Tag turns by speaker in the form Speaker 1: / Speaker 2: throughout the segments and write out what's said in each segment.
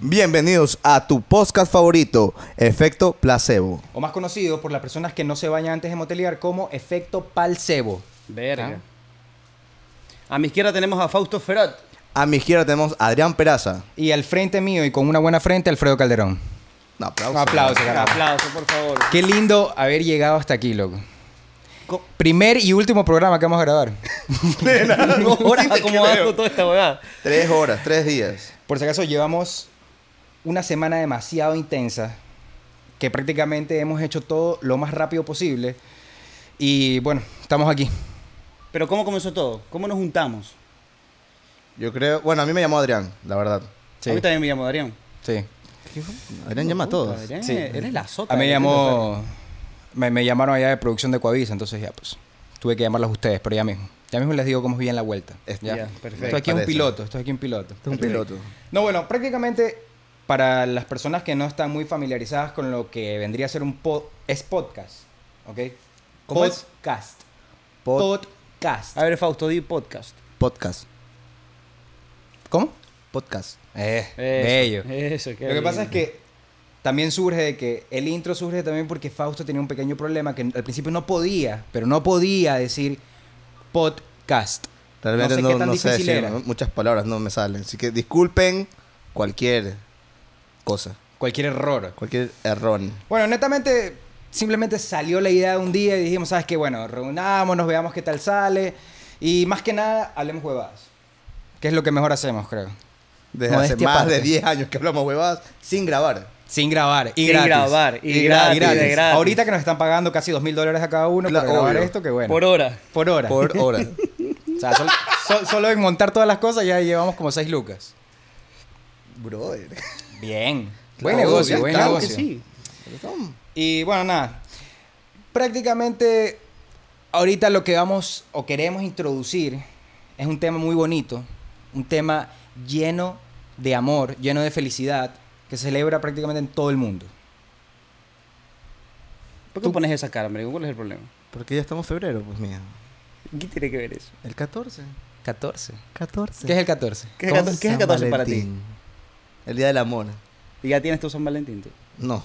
Speaker 1: Bienvenidos a tu podcast favorito, Efecto Placebo.
Speaker 2: O más conocido por las personas que no se bañan antes de motelear como efecto palcebo.
Speaker 3: Verga.
Speaker 2: ¿Ah?
Speaker 3: A mi izquierda tenemos a Fausto Ferat.
Speaker 1: A mi izquierda tenemos a Adrián Peraza.
Speaker 2: Y al frente mío y con una buena frente, Alfredo Calderón.
Speaker 1: Un aplauso.
Speaker 2: Un aplauso,
Speaker 3: Un
Speaker 2: carajo.
Speaker 3: aplauso, por favor.
Speaker 2: Qué lindo haber llegado hasta aquí, loco.
Speaker 3: Co-
Speaker 2: Primer y último programa que vamos a grabar.
Speaker 3: Dos horas acomodando toda esta weá.
Speaker 1: Tres horas, tres días.
Speaker 2: Por si acaso, llevamos una semana demasiado intensa que prácticamente hemos hecho todo lo más rápido posible. Y bueno, estamos aquí.
Speaker 3: Pero ¿cómo comenzó todo? ¿Cómo nos juntamos?
Speaker 1: Yo creo... Bueno, a mí me llamó Adrián, la verdad.
Speaker 2: Sí.
Speaker 3: A mí también me llamó Adrián.
Speaker 2: Sí.
Speaker 1: Adrián llama a todos.
Speaker 3: Adrián,
Speaker 2: Sí.
Speaker 3: ¿eh? eres la sota.
Speaker 2: A mí me
Speaker 3: eres la
Speaker 2: llamó. Me, me llamaron allá de producción de Coavisa, entonces ya pues. Tuve que llamarlos a ustedes, pero ya mismo. Ya mismo les digo cómo es bien la vuelta.
Speaker 1: Es-
Speaker 2: Ya.
Speaker 3: ya, perfecto.
Speaker 2: Esto aquí es un
Speaker 1: Parece.
Speaker 2: piloto, esto aquí es un piloto.
Speaker 1: Es un piloto.
Speaker 2: No, bueno, prácticamente para las personas que no están muy familiarizadas con lo que vendría a ser un pod, es podcast, ¿ok?
Speaker 1: ¿Cómo es?
Speaker 2: podcast.
Speaker 1: Pod-
Speaker 2: Podcast.
Speaker 3: A ver, Fausto, di podcast.
Speaker 1: podcast.
Speaker 2: ¿Cómo?
Speaker 1: Podcast.
Speaker 2: Eh,
Speaker 3: Eso,
Speaker 2: bello.
Speaker 3: Eso, qué
Speaker 2: Lo que pasa es
Speaker 3: lindo.
Speaker 2: que también surge de que el intro surge también porque Fausto tenía un pequeño problema que al principio no podía, pero no podía decir podcast.
Speaker 1: Realmente no, no sé,
Speaker 2: difícil
Speaker 1: decir,
Speaker 2: era.
Speaker 1: ¿no? muchas palabras no me salen. Así que disculpen cualquier cosa,
Speaker 2: Cualquier error.
Speaker 1: cualquier error.
Speaker 2: Bueno, netamente, simplemente salió la idea un día y dijimos, ¿sabes qué? Bueno, reunámonos, veamos qué tal sale. Y más que nada, hablemos huevadas. Que es lo que mejor hacemos, creo.
Speaker 1: Desde
Speaker 2: Modestia
Speaker 1: hace más
Speaker 2: aparte.
Speaker 1: de 10 años que hablamos huevadas sin grabar.
Speaker 2: Sin grabar. Y
Speaker 3: Sin
Speaker 2: gratis.
Speaker 3: grabar, y gratis, de gratis.
Speaker 2: Ahorita que nos están pagando casi dos mil dólares a cada uno
Speaker 1: Claro,
Speaker 2: para grabar
Speaker 1: obvio.
Speaker 2: esto, que bueno.
Speaker 3: Por hora.
Speaker 2: Por hora.
Speaker 1: Por hora.
Speaker 2: O sea, sol- sol- solo en montar todas las cosas ya llevamos como seis lucas.
Speaker 1: Brother.
Speaker 2: Bien. Buen
Speaker 1: Claro,
Speaker 2: negocio,
Speaker 1: bien,
Speaker 2: buen
Speaker 1: claro
Speaker 2: negocio.
Speaker 3: Que sí.
Speaker 2: Y bueno, nada. Prácticamente ahorita lo que vamos o queremos introducir es un tema muy bonito, un tema lleno de amor, lleno de felicidad, que se celebra prácticamente en todo el mundo.
Speaker 3: ¿Por qué pones esa cara, amigo? ¿Cuál es el problema?
Speaker 1: Porque ya estamos en febrero, pues mía.
Speaker 3: ¿Qué tiene que ver eso?
Speaker 1: El 14.
Speaker 2: 14.
Speaker 1: 14.
Speaker 2: ¿Qué es el 14?
Speaker 3: ¿Qué es, el cator- qué es el 14 para ti?
Speaker 1: El día del amor.
Speaker 3: Y ya tienes tu San Valentín, tú.
Speaker 1: No.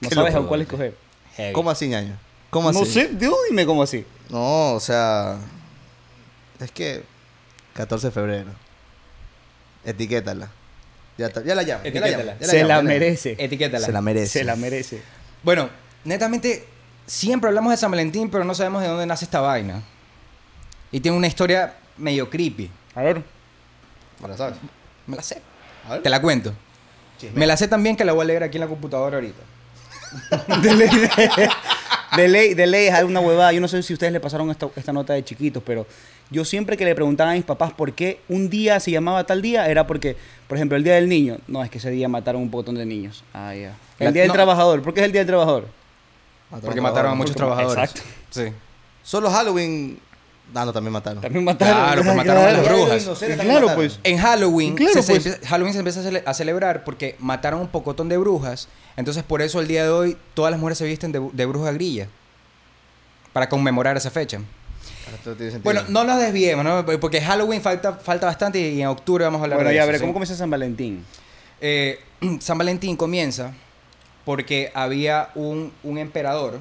Speaker 3: No
Speaker 1: Qué
Speaker 3: sabes
Speaker 1: loco,
Speaker 3: a cuál
Speaker 1: bro.
Speaker 3: escoger.
Speaker 2: Heavy.
Speaker 1: ¿Cómo así, ñaño? ¿Cómo así?
Speaker 3: No sé, tú dime cómo así.
Speaker 1: No, o sea. Es que. 14 de febrero. Etiquétala. Ya, está- ya la llamo. ya la llamo,
Speaker 2: Etiquétala.
Speaker 1: ya
Speaker 3: Se
Speaker 1: llamo,
Speaker 3: la
Speaker 1: ya llamo.
Speaker 3: merece.
Speaker 2: Etiquétala.
Speaker 1: Se la merece.
Speaker 3: Se la merece.
Speaker 2: Bueno, netamente siempre hablamos de San Valentín, pero no sabemos de dónde nace esta vaina. Y tiene una historia medio creepy.
Speaker 3: A ver.
Speaker 1: Ahora sabes.
Speaker 2: Me la sé.
Speaker 1: A ver.
Speaker 2: Te la cuento.
Speaker 1: Chisme.
Speaker 2: Me la sé también que la voy a leer aquí en la computadora ahorita.
Speaker 3: De ley, de ley, de ley es alguna huevada. Yo no sé si ustedes le pasaron esta, esta nota de chiquitos, pero yo siempre que le preguntaba a mis papás por qué un día se llamaba tal día, era porque, por ejemplo, el día del niño. No, es que ese día mataron un botón de niños. Ah, ya.
Speaker 2: La-
Speaker 3: El día del
Speaker 2: no.
Speaker 3: trabajador. ¿Por qué es el día del trabajador?
Speaker 2: Porque mataron a muchos
Speaker 3: Porque-
Speaker 2: trabajadores.
Speaker 3: Exacto.
Speaker 2: Sí.
Speaker 1: Solo Halloween. Ah, no, también mataron.
Speaker 3: También mataron.
Speaker 2: Claro, pues,
Speaker 3: Ah,
Speaker 2: mataron a las
Speaker 3: claro.
Speaker 2: brujas.
Speaker 3: Claro,
Speaker 1: Mataron.
Speaker 3: pues.
Speaker 2: En Halloween,
Speaker 3: Claro,
Speaker 2: se- se
Speaker 3: pues.
Speaker 2: empieza- Halloween se empieza a, cele- a celebrar porque mataron un pocotón de brujas. Entonces, por eso el día de hoy todas las mujeres se visten de, bu- de bruja grilla. Para conmemorar esa fecha.
Speaker 3: pues.
Speaker 1: Ahora todo tiene sentido.
Speaker 2: Bueno, no nos desviemos, ¿no? Porque Halloween falta, falta bastante y en octubre vamos a hablar
Speaker 3: Bueno,
Speaker 2: de
Speaker 3: ya, a
Speaker 2: eso,
Speaker 3: ver,
Speaker 2: ¿sí?
Speaker 3: ¿cómo comienza San Valentín?
Speaker 2: Eh, San Valentín comienza porque había un, un emperador,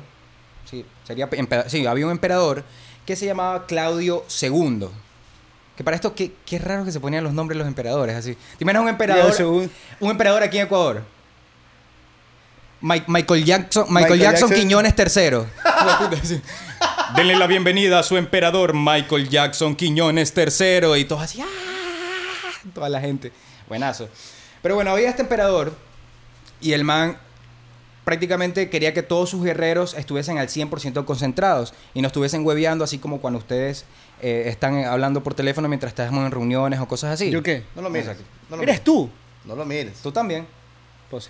Speaker 2: sí, sería pe- empera- sí, había un emperador que se llamaba Claudio II. Que para esto, qué, qué raro que se ponían los nombres de los emperadores, así. ¿Te imaginas un emperador,
Speaker 3: Claudio II?
Speaker 2: un emperador aquí en Ecuador? Mi- Michael Jackson, Michael,
Speaker 3: Michael
Speaker 2: Jackson,
Speaker 3: Jackson.
Speaker 2: Quiñones III. Denle la bienvenida a su emperador Michael Jackson Quiñones III y todos así, ¡ah! toda la gente. Buenazo. Pero bueno, había este emperador y el man prácticamente quería que todos sus guerreros estuviesen al 100% concentrados y no estuviesen hueveando así como cuando ustedes eh, están eh, hablando por teléfono mientras estamos en reuniones o cosas así.
Speaker 3: ¿Yo qué?
Speaker 1: No lo mires.
Speaker 2: Exacto.
Speaker 1: No lo
Speaker 3: ¿Eres
Speaker 1: mires.
Speaker 3: tú?
Speaker 1: No lo mires.
Speaker 2: Tú también,
Speaker 3: Pose.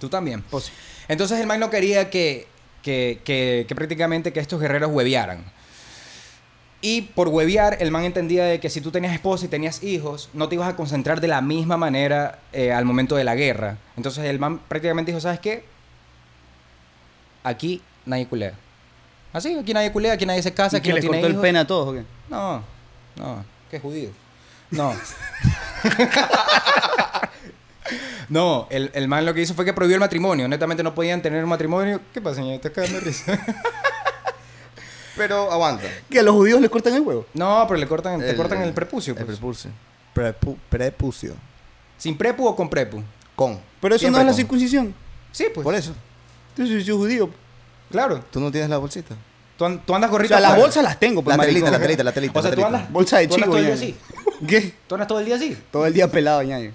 Speaker 2: tú también.
Speaker 3: Pose.
Speaker 2: Entonces el man no quería que, que, que- que prácticamente que estos guerreros huevearan. Y por huevear, el man entendía de que si tú tenías esposa y tenías hijos, no te ibas a concentrar de la misma manera eh, al momento de la guerra. Entonces el man prácticamente dijo, ¿sabes qué? Aquí nadie culea. Así, aquí nadie culea, aquí nadie se casa,
Speaker 3: ¿Y
Speaker 2: aquí
Speaker 3: que
Speaker 2: no
Speaker 3: les
Speaker 2: tiene
Speaker 3: cortó el
Speaker 2: hijos.
Speaker 3: pene a todos o qué?
Speaker 2: No, no, qué judío. No. No, el, el man lo que hizo fue que prohibió el matrimonio. Netamente no podían tener un matrimonio. ¿Qué pasa, señor? Te acabas de risa.
Speaker 1: Pero aguanta.
Speaker 3: Que a los judíos les cortan el huevo.
Speaker 2: No, pero le cortan, te cortan el prepucio.
Speaker 1: El
Speaker 2: pues.
Speaker 1: prepucio. Prepu- prepucio.
Speaker 2: ¿Sin prepu o con prepu?
Speaker 1: Con.
Speaker 3: Pero eso
Speaker 1: Siempre
Speaker 3: no es la
Speaker 1: con.
Speaker 3: circuncisión.
Speaker 2: Sí, pues.
Speaker 1: Por eso.
Speaker 3: Entonces, yo soy judío.
Speaker 2: Claro.
Speaker 1: Tú no tienes la bolsita.
Speaker 2: Tú, an- tú andas
Speaker 3: O
Speaker 2: gorrito.
Speaker 3: sea, las
Speaker 2: afuera.
Speaker 3: bolsas las tengo, pues,
Speaker 1: La telita,
Speaker 3: maricón.
Speaker 1: la telita, la telita.
Speaker 2: O sea,
Speaker 1: la
Speaker 2: tú
Speaker 1: telita.
Speaker 2: andas.
Speaker 3: Bolsa de
Speaker 2: tú andas
Speaker 3: chivo,
Speaker 2: todo el día
Speaker 3: ñaño.
Speaker 2: así.
Speaker 3: ¿Qué?
Speaker 2: Tú andas todo el día así.
Speaker 3: Todo el día pelado, ñaño.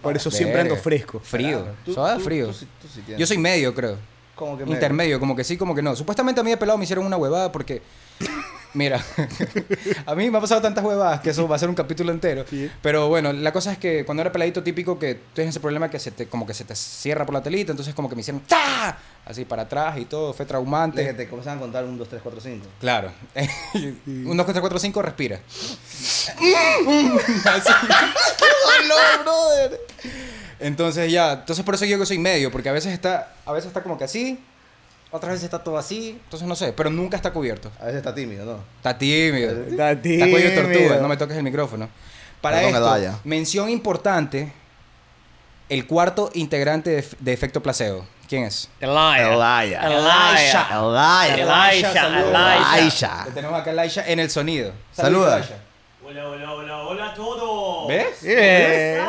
Speaker 3: Por eso siempre ando
Speaker 2: Verga.
Speaker 3: fresco.
Speaker 2: Frío.
Speaker 1: Tú-
Speaker 2: Suave,
Speaker 1: tú-
Speaker 2: frío.
Speaker 1: tú sí- tú sí tienes.
Speaker 2: Yo soy medio, creo.
Speaker 1: Como que me-
Speaker 2: Intermedio, como que sí, como que no. Supuestamente a mí de pelado me hicieron una huevada porque. Mira, a mí me ha pasado tantas huevadas que eso va a ser un capítulo entero. Pero bueno, la cosa es que cuando era peladito típico que tienes ese problema que se te, como que se te cierra por la telita, entonces como que me hicieron ¡ta! así para atrás y todo, fue traumante.
Speaker 1: Antes que te comenzaban a contar un, dos, tres, cuatro, cinco.
Speaker 2: Claro. Unos contra cuatro cinco respira. Así. Entonces ya, entonces por eso yo que soy medio, porque a veces está, a veces está como que así, otras veces está todo así, entonces no sé, pero nunca está cubierto.
Speaker 1: A veces está tímido, ¿no?
Speaker 2: Está tímido.
Speaker 3: Está
Speaker 2: Está cuello de tortuga,
Speaker 3: tímido.
Speaker 2: no me toques el micrófono. Para
Speaker 1: Perdón,
Speaker 2: esto,
Speaker 1: Edaya.
Speaker 2: mención importante, el cuarto integrante de, de Efecto Placebo. ¿Quién es?
Speaker 1: Elisha. Elisha.
Speaker 2: Elisha,
Speaker 1: saluda. Elisha.
Speaker 2: Lo tenemos acá Elisha en el sonido.
Speaker 1: Saluda.
Speaker 2: Elisha.
Speaker 4: Hola, hola, hola, hola a todos.
Speaker 2: ¿Ves?
Speaker 3: Eh.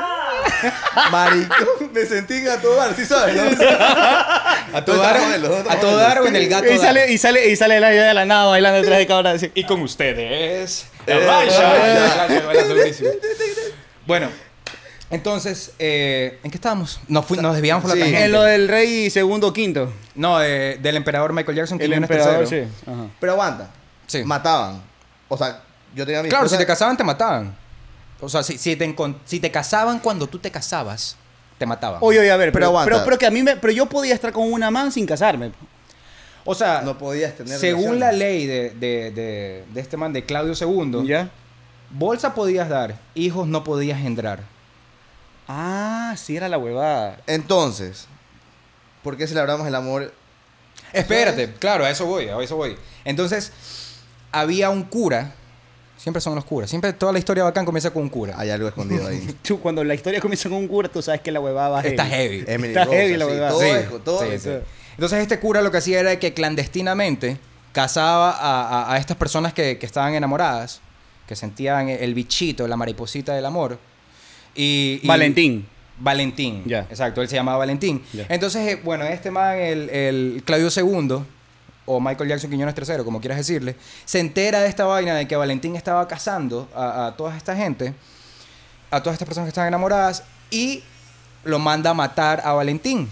Speaker 1: Maricón, me sentí a tomar, ¿sí sabes? no?
Speaker 2: A todo dar,
Speaker 1: Estamos en los otros
Speaker 2: a todo dar o en el gato.
Speaker 3: Y
Speaker 2: dar.
Speaker 3: sale, y sale, y sale el aire de la nada bailando detrás de cámara. así.
Speaker 2: Y con
Speaker 3: Eh,
Speaker 2: ustedes.
Speaker 1: Elisha.
Speaker 2: Elisha, baila durísimo. Bueno, entonces, eh, ¿en qué estábamos? Nos, fui- nos desviamos por la
Speaker 1: Sí.
Speaker 2: tangente.
Speaker 3: En lo del rey segundo quinto.
Speaker 2: No, de- del emperador Michael Jackson. que
Speaker 3: El
Speaker 2: yo no es
Speaker 3: emperador, sí.
Speaker 2: tercero.
Speaker 3: Ajá.
Speaker 1: Pero aguanta.
Speaker 2: Sí.
Speaker 1: Mataban. O Pues, sea, yo tenía mi
Speaker 2: Claro, si
Speaker 1: esposa-
Speaker 2: te casaban, te mataban. O sea, si, si te, encon- si te casaban cuando tú te casabas, te mataban.
Speaker 3: Oye, oye, a ver,
Speaker 1: Pero
Speaker 3: pero, pero,
Speaker 1: aguanta.
Speaker 3: pero que a mí me, pero yo podía estar con una man sin casarme.
Speaker 2: o sea,
Speaker 1: No podías tener
Speaker 2: según
Speaker 1: relaciones.
Speaker 2: la ley de, de- de- de este man, de Claudio II,
Speaker 3: ¿Ya?
Speaker 2: bolsa podías dar, hijos no podías engendrar.
Speaker 3: Ah, sí era la huevada.
Speaker 1: Entonces, ¿por qué celebramos el amor?
Speaker 2: Espérate, claro, a eso voy, a eso voy. Entonces, había un cura. Siempre son los curas. Siempre toda la historia bacán comienza con un cura.
Speaker 1: Hay algo escondido ahí.
Speaker 3: Tú, cuando la historia comienza con un cura, tú sabes que la huevada va
Speaker 2: Está heavy.
Speaker 1: Emily
Speaker 3: Está
Speaker 1: Rose,
Speaker 3: heavy la
Speaker 1: así,
Speaker 3: huevada.
Speaker 1: todo
Speaker 2: Sí,
Speaker 1: eco, todo
Speaker 2: sí,
Speaker 1: eco.
Speaker 2: sí. Entonces este cura lo que hacía era que clandestinamente casaba a, a- a estas personas que, que estaban enamoradas, que sentían el bichito, la mariposita del amor. Y, y-
Speaker 3: Valentín.
Speaker 2: Valentín.
Speaker 3: Ya.
Speaker 2: Exacto, él se llamaba Valentín.
Speaker 3: Ya.
Speaker 2: Entonces, eh, bueno, este man, el, el Claudio II, o Michael Jackson Quiñones III, como quieras decirle, se entera de esta vaina de que Valentín estaba casando a, a toda esta gente, a todas estas personas que estaban enamoradas, y lo manda a matar a Valentín.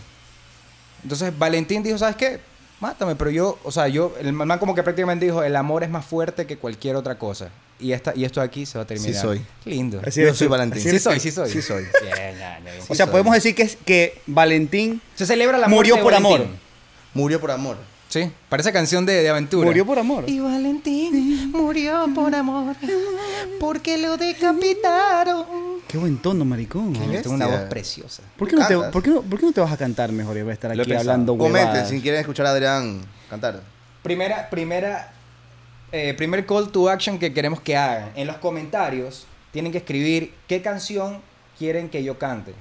Speaker 2: Entonces, Valentín dijo, ¿sabes qué? Mátame, pero yo, o sea, yo, el man como que prácticamente dijo, el amor es más fuerte que cualquier otra cosa. Y, esta, y esto de aquí se va a terminar.
Speaker 1: soy.
Speaker 2: Lindo.
Speaker 3: Así
Speaker 1: Yo
Speaker 3: eres
Speaker 1: soy
Speaker 3: tú.
Speaker 1: Valentín.
Speaker 3: Así eres
Speaker 2: Sí
Speaker 3: tú.
Speaker 2: soy, sí soy.
Speaker 1: Sí soy.
Speaker 2: Bien, ya, ya, bien.
Speaker 3: O sea,
Speaker 1: soy.
Speaker 3: podemos decir que, es- que Valentín
Speaker 2: Se celebra la
Speaker 3: Murió
Speaker 2: muerte de
Speaker 3: por
Speaker 2: Valentín.
Speaker 3: amor.
Speaker 1: Murió por amor.
Speaker 2: Sí, parece canción de, de aventura.
Speaker 3: murió por amor.
Speaker 5: Y Valentín murió por amor, porque lo decapitaron.
Speaker 3: Qué buen tono, maricón.
Speaker 1: ¿Qué?
Speaker 2: Tengo una voz
Speaker 1: Bestia.
Speaker 2: preciosa.
Speaker 3: ¿Por qué, no te,
Speaker 1: Cantas.
Speaker 3: por, qué no, por qué no te vas a cantar mejor y vas a estar
Speaker 2: Lo he
Speaker 3: aquí
Speaker 2: pensado.
Speaker 3: hablando
Speaker 1: Comenten
Speaker 3: huevadas?
Speaker 1: si quieren escuchar a Adrián cantar.
Speaker 2: Primera, primera, eh, primer call to action que queremos que hagan. En los comentarios tienen que escribir qué canción quieren que yo cante.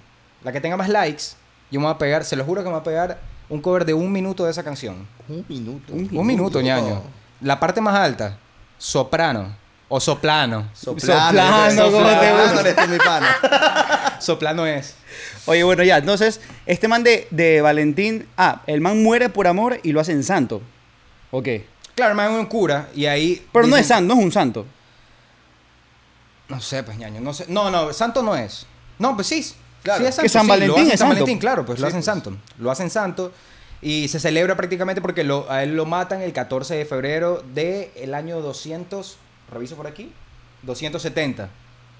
Speaker 2: La que tenga más likes, yo me voy a pegar, se lo juro que me voy a pegar un cover de un minuto de esa canción.
Speaker 1: Un minuto.
Speaker 2: Un minuto, ñaño. La parte más alta, soprano o soplano.
Speaker 1: Soplando.
Speaker 3: Soplando,
Speaker 1: soplando,
Speaker 3: ¿cómo te gusta?
Speaker 1: soplando eres tú, mi pana.
Speaker 2: Soplano es.
Speaker 3: Oye, bueno, ya. Entonces, este man de, de Valentín... Ah, el man muere por amor y lo hacen santo. Ok.
Speaker 2: Claro, me un cura y ahí.
Speaker 3: Pero no es
Speaker 2: dicen-
Speaker 3: santo, no es un santo.
Speaker 2: No sé, pues ñaño, no sé. No, no, santo no es. No, pues sí.
Speaker 1: Claro.
Speaker 2: sí es santo,
Speaker 3: Que San
Speaker 2: sí,
Speaker 3: Valentín
Speaker 2: lo hacen San
Speaker 3: es santo.
Speaker 2: Valentín, claro, pues lo
Speaker 1: Sí,
Speaker 2: hacen
Speaker 1: pues.
Speaker 2: santo. Lo hacen santo y se celebra prácticamente porque lo, a él lo matan el 14 de febrero del año 200, reviso por aquí, 270.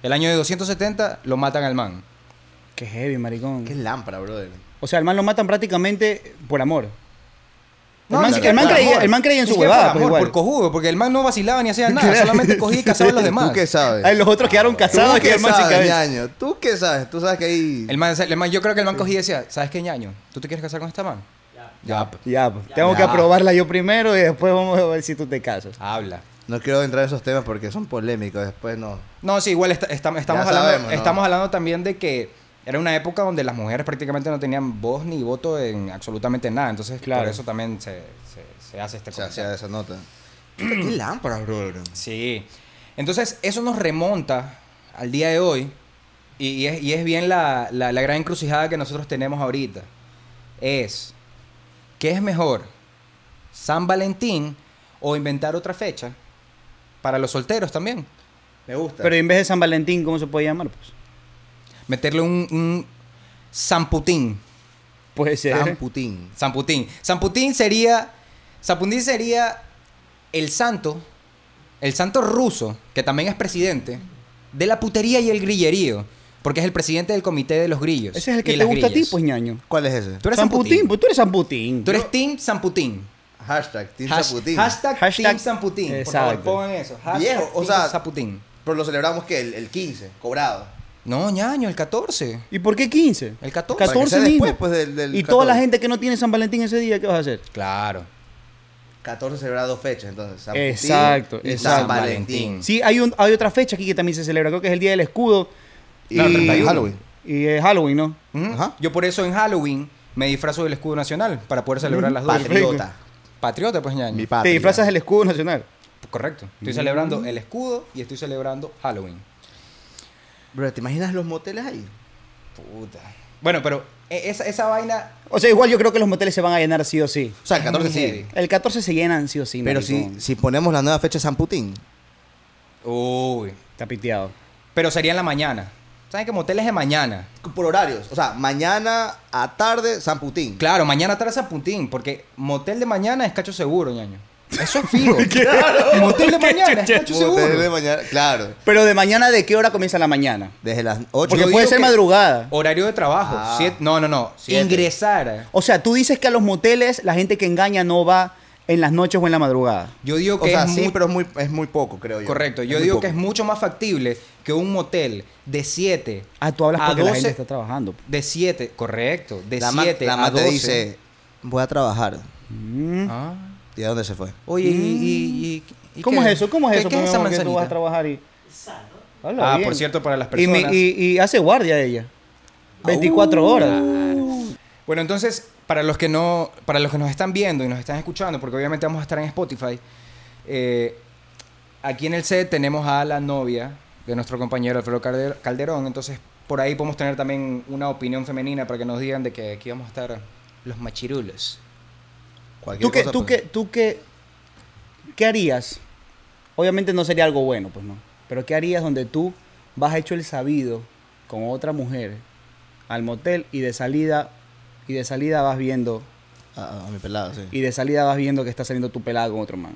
Speaker 2: El año de 270 lo matan al man.
Speaker 3: Qué heavy, maricón.
Speaker 1: Qué lámpara, brother.
Speaker 3: O sea, el man lo matan prácticamente por amor.
Speaker 2: No,
Speaker 3: el, man,
Speaker 2: ni
Speaker 1: sí-
Speaker 2: siquiera
Speaker 3: el man
Speaker 2: por
Speaker 3: creía,
Speaker 2: amor.
Speaker 3: el man creía en
Speaker 2: Ni
Speaker 3: su
Speaker 2: siquiera por
Speaker 3: huevada, pues
Speaker 2: amor,
Speaker 3: igual.
Speaker 2: por cojudo, porque el man no vacilaba ni hacía nada, solamente cogía y cazaba a los demás.
Speaker 1: ¿Tú qué sabes?
Speaker 3: Ay, los otros quedaron casados
Speaker 1: ¿Tú
Speaker 3: y
Speaker 1: qué
Speaker 3: el man sin
Speaker 1: sabes,
Speaker 3: cabeza.
Speaker 1: ñaño? ¿Tú qué sabes? Tú sabes que ahí...
Speaker 2: El man, el man- yo creo que el man cogía y decía, ¿sabes qué, ñaño? ¿Tú te quieres casar con esta man?
Speaker 4: Ya.
Speaker 2: Ya,
Speaker 3: Ya, pues, tengo que
Speaker 2: Ya.
Speaker 3: aprobarla yo primero y después vamos a ver si tú te casas.
Speaker 2: habla.
Speaker 1: No quiero entrar en esos temas porque son polémicos. Después no.
Speaker 2: No, sí, igual esta- esta- estamos,
Speaker 1: Ya
Speaker 2: hablando,
Speaker 1: sabemos, ¿no?
Speaker 2: estamos hablando también de que era una época donde las mujeres prácticamente no tenían voz ni voto en absolutamente nada. Entonces,
Speaker 3: Claro.
Speaker 2: por eso también se, se- se hace este
Speaker 1: O sea,
Speaker 2: comentario.
Speaker 1: hacía esa nota. ¿Qué lámparas, bro? bro?
Speaker 2: Sí. Entonces, eso nos remonta al día de hoy y, y es, y es bien la, la- la gran encrucijada que nosotros tenemos ahorita. Es, ¿qué es mejor? ¿San Valentín o inventar otra fecha? Para los solteros también.
Speaker 1: Me gusta.
Speaker 3: Pero en vez de San Valentín, ¿cómo se puede llamar? Pues,
Speaker 2: Meterle un, un San Putín.
Speaker 3: puede ser.
Speaker 1: San Putin.
Speaker 2: San Putín. San Putín sería. San Putín sería el santo. El santo ruso, que también es presidente, de la putería y el grillerío. Porque es el presidente del comité de los grillos.
Speaker 3: Ese es el
Speaker 2: y
Speaker 3: que te
Speaker 2: las
Speaker 3: gusta a ti,
Speaker 2: grillas.
Speaker 3: pues, ñaño.
Speaker 1: ¿Cuál es ese?
Speaker 2: Tú eres San
Speaker 3: San Putin,
Speaker 2: Putín.
Speaker 3: pues tú eres San Putin.
Speaker 2: Tú eres Team San Putín.
Speaker 1: Hashtag Team
Speaker 2: Hash-
Speaker 1: San Putin.
Speaker 2: Hashtag,
Speaker 3: Hashtag-
Speaker 2: Team San Putín. Por
Speaker 3: Exacto.
Speaker 2: favor, pongan eso. Hashtag
Speaker 1: Viejo, o
Speaker 2: Team
Speaker 1: sea-
Speaker 2: San Putín.
Speaker 1: Pero lo celebramos que el, el 15, cobrado.
Speaker 2: No, ñaño, el 14.
Speaker 3: ¿Y por qué 15?
Speaker 2: El 14.
Speaker 1: Para que sea
Speaker 3: 14
Speaker 1: después,
Speaker 3: mismo.
Speaker 1: pues, del- del
Speaker 3: y toda la
Speaker 1: 14.
Speaker 3: gente que no tiene San Valentín ese día, ¿qué vas a hacer?
Speaker 2: Claro.
Speaker 1: 14 celebraba dos fechas, entonces. San
Speaker 3: Exacto,
Speaker 1: Putin y
Speaker 3: exacto.
Speaker 1: San Valentín.
Speaker 3: Sí, hay, un, hay otra fecha aquí que también se celebra. Creo que es el Día del Escudo.
Speaker 1: Y el 31. Halloween.
Speaker 3: Y es Halloween, ¿no?
Speaker 2: Ujú.
Speaker 1: Ajá.
Speaker 2: ¿Mm? Yo por eso en Halloween me disfrazo del escudo nacional para poder
Speaker 3: Mm.
Speaker 2: celebrar las dos.
Speaker 1: Patriota.
Speaker 2: Patriota, pues ñaño.
Speaker 1: Mi
Speaker 3: Te
Speaker 1: patria.
Speaker 3: disfrazas del escudo nacional.
Speaker 2: Correcto.
Speaker 1: Mm.
Speaker 2: Estoy celebrando el escudo y estoy celebrando Halloween.
Speaker 1: Bro, ¿te imaginas los moteles ahí?
Speaker 2: Puta. Bueno, pero e- esa, esa vaina.
Speaker 3: O sea, igual yo creo que los moteles se van a llenar sí o sí.
Speaker 1: O sea, el
Speaker 2: Es
Speaker 1: 14
Speaker 2: muy
Speaker 1: sí.
Speaker 2: heavy.
Speaker 3: El 14 se llenan sí o sí.
Speaker 1: Pero
Speaker 3: maricón.
Speaker 1: si, si ponemos la nueva fecha de San Putin.
Speaker 2: Uy.
Speaker 3: Está piteado.
Speaker 2: Pero sería en la mañana. ¿Saben que moteles de mañana?
Speaker 1: Por horarios. O sea, mañana a tarde San Putin.
Speaker 2: Claro, mañana atrás a Putín, porque motel de mañana es cacho seguro, ñaño. Eso es fijo. Motel de mañana es cacho
Speaker 1: Motel de
Speaker 2: seguro.
Speaker 1: mañana. Claro.
Speaker 3: Pero de mañana, ¿de qué hora comienza la mañana?
Speaker 1: Desde las 8.
Speaker 3: Porque
Speaker 2: Yo
Speaker 3: puede
Speaker 2: digo
Speaker 3: ser
Speaker 2: que-
Speaker 3: madrugada.
Speaker 2: Horario de trabajo.
Speaker 1: Ah.
Speaker 2: siete- no, no, no.
Speaker 1: Siete.
Speaker 2: Ingresar.
Speaker 3: O sea, tú dices que a los moteles la gente que engaña no va en las noches o en la madrugada.
Speaker 2: Yo digo
Speaker 1: O
Speaker 2: que
Speaker 1: sea,
Speaker 2: es
Speaker 1: sí,
Speaker 2: muy-
Speaker 1: pero es muy, es muy poco, creo yo.
Speaker 2: Correcto.
Speaker 1: Es
Speaker 2: Yo
Speaker 1: muy
Speaker 2: digo
Speaker 1: poco.
Speaker 2: que es mucho más factible que un motel de 7
Speaker 3: Ah, tú hablas
Speaker 2: a
Speaker 3: porque la gente
Speaker 2: 12
Speaker 3: está trabajando.
Speaker 2: De 7, correcto. De
Speaker 1: La ma-
Speaker 2: 7
Speaker 1: la
Speaker 2: a
Speaker 1: ma te
Speaker 2: 12.
Speaker 1: dice, voy a trabajar.
Speaker 2: Ah.
Speaker 1: ¿Y a dónde se fue?
Speaker 2: Oye, y, y- y- y
Speaker 3: ¿Cómo
Speaker 2: qué?
Speaker 3: es eso? ¿Cómo es
Speaker 2: ¿Qué-
Speaker 3: eso?
Speaker 2: ¿Qué es
Speaker 3: Pues,
Speaker 2: esa
Speaker 3: mi amor, que
Speaker 2: manzanita?
Speaker 3: tú vas a trabajar y... Habla
Speaker 2: Ah,
Speaker 3: bien.
Speaker 2: por cierto, para las
Speaker 3: Y, me-
Speaker 2: personas. Ah, uh,
Speaker 3: y- y hace guardia ella. 24 horas.
Speaker 2: Bueno, entonces, para los que no, para los que nos están viendo y nos están escuchando, porque obviamente vamos a estar en Spotify, eh, aquí en el set tenemos a la novia de nuestro compañero Alfredo Calder- Calderón, entonces por ahí podemos tener también una opinión femenina para que nos digan de que aquí vamos a estar los machirulos.
Speaker 1: Cualquier
Speaker 3: ¿Tú qué,
Speaker 1: cosa,
Speaker 3: tú,
Speaker 1: pues.
Speaker 3: qué, tú qué, qué harías? Obviamente no sería algo bueno, pues no. Pero ¿qué harías donde tú vas hecho el sabido con otra mujer al motel y de salida y de salida vas viendo
Speaker 1: Ah, A, a mi pelado, sí.
Speaker 3: y de salida vas viendo que está saliendo tu pelada con otro man?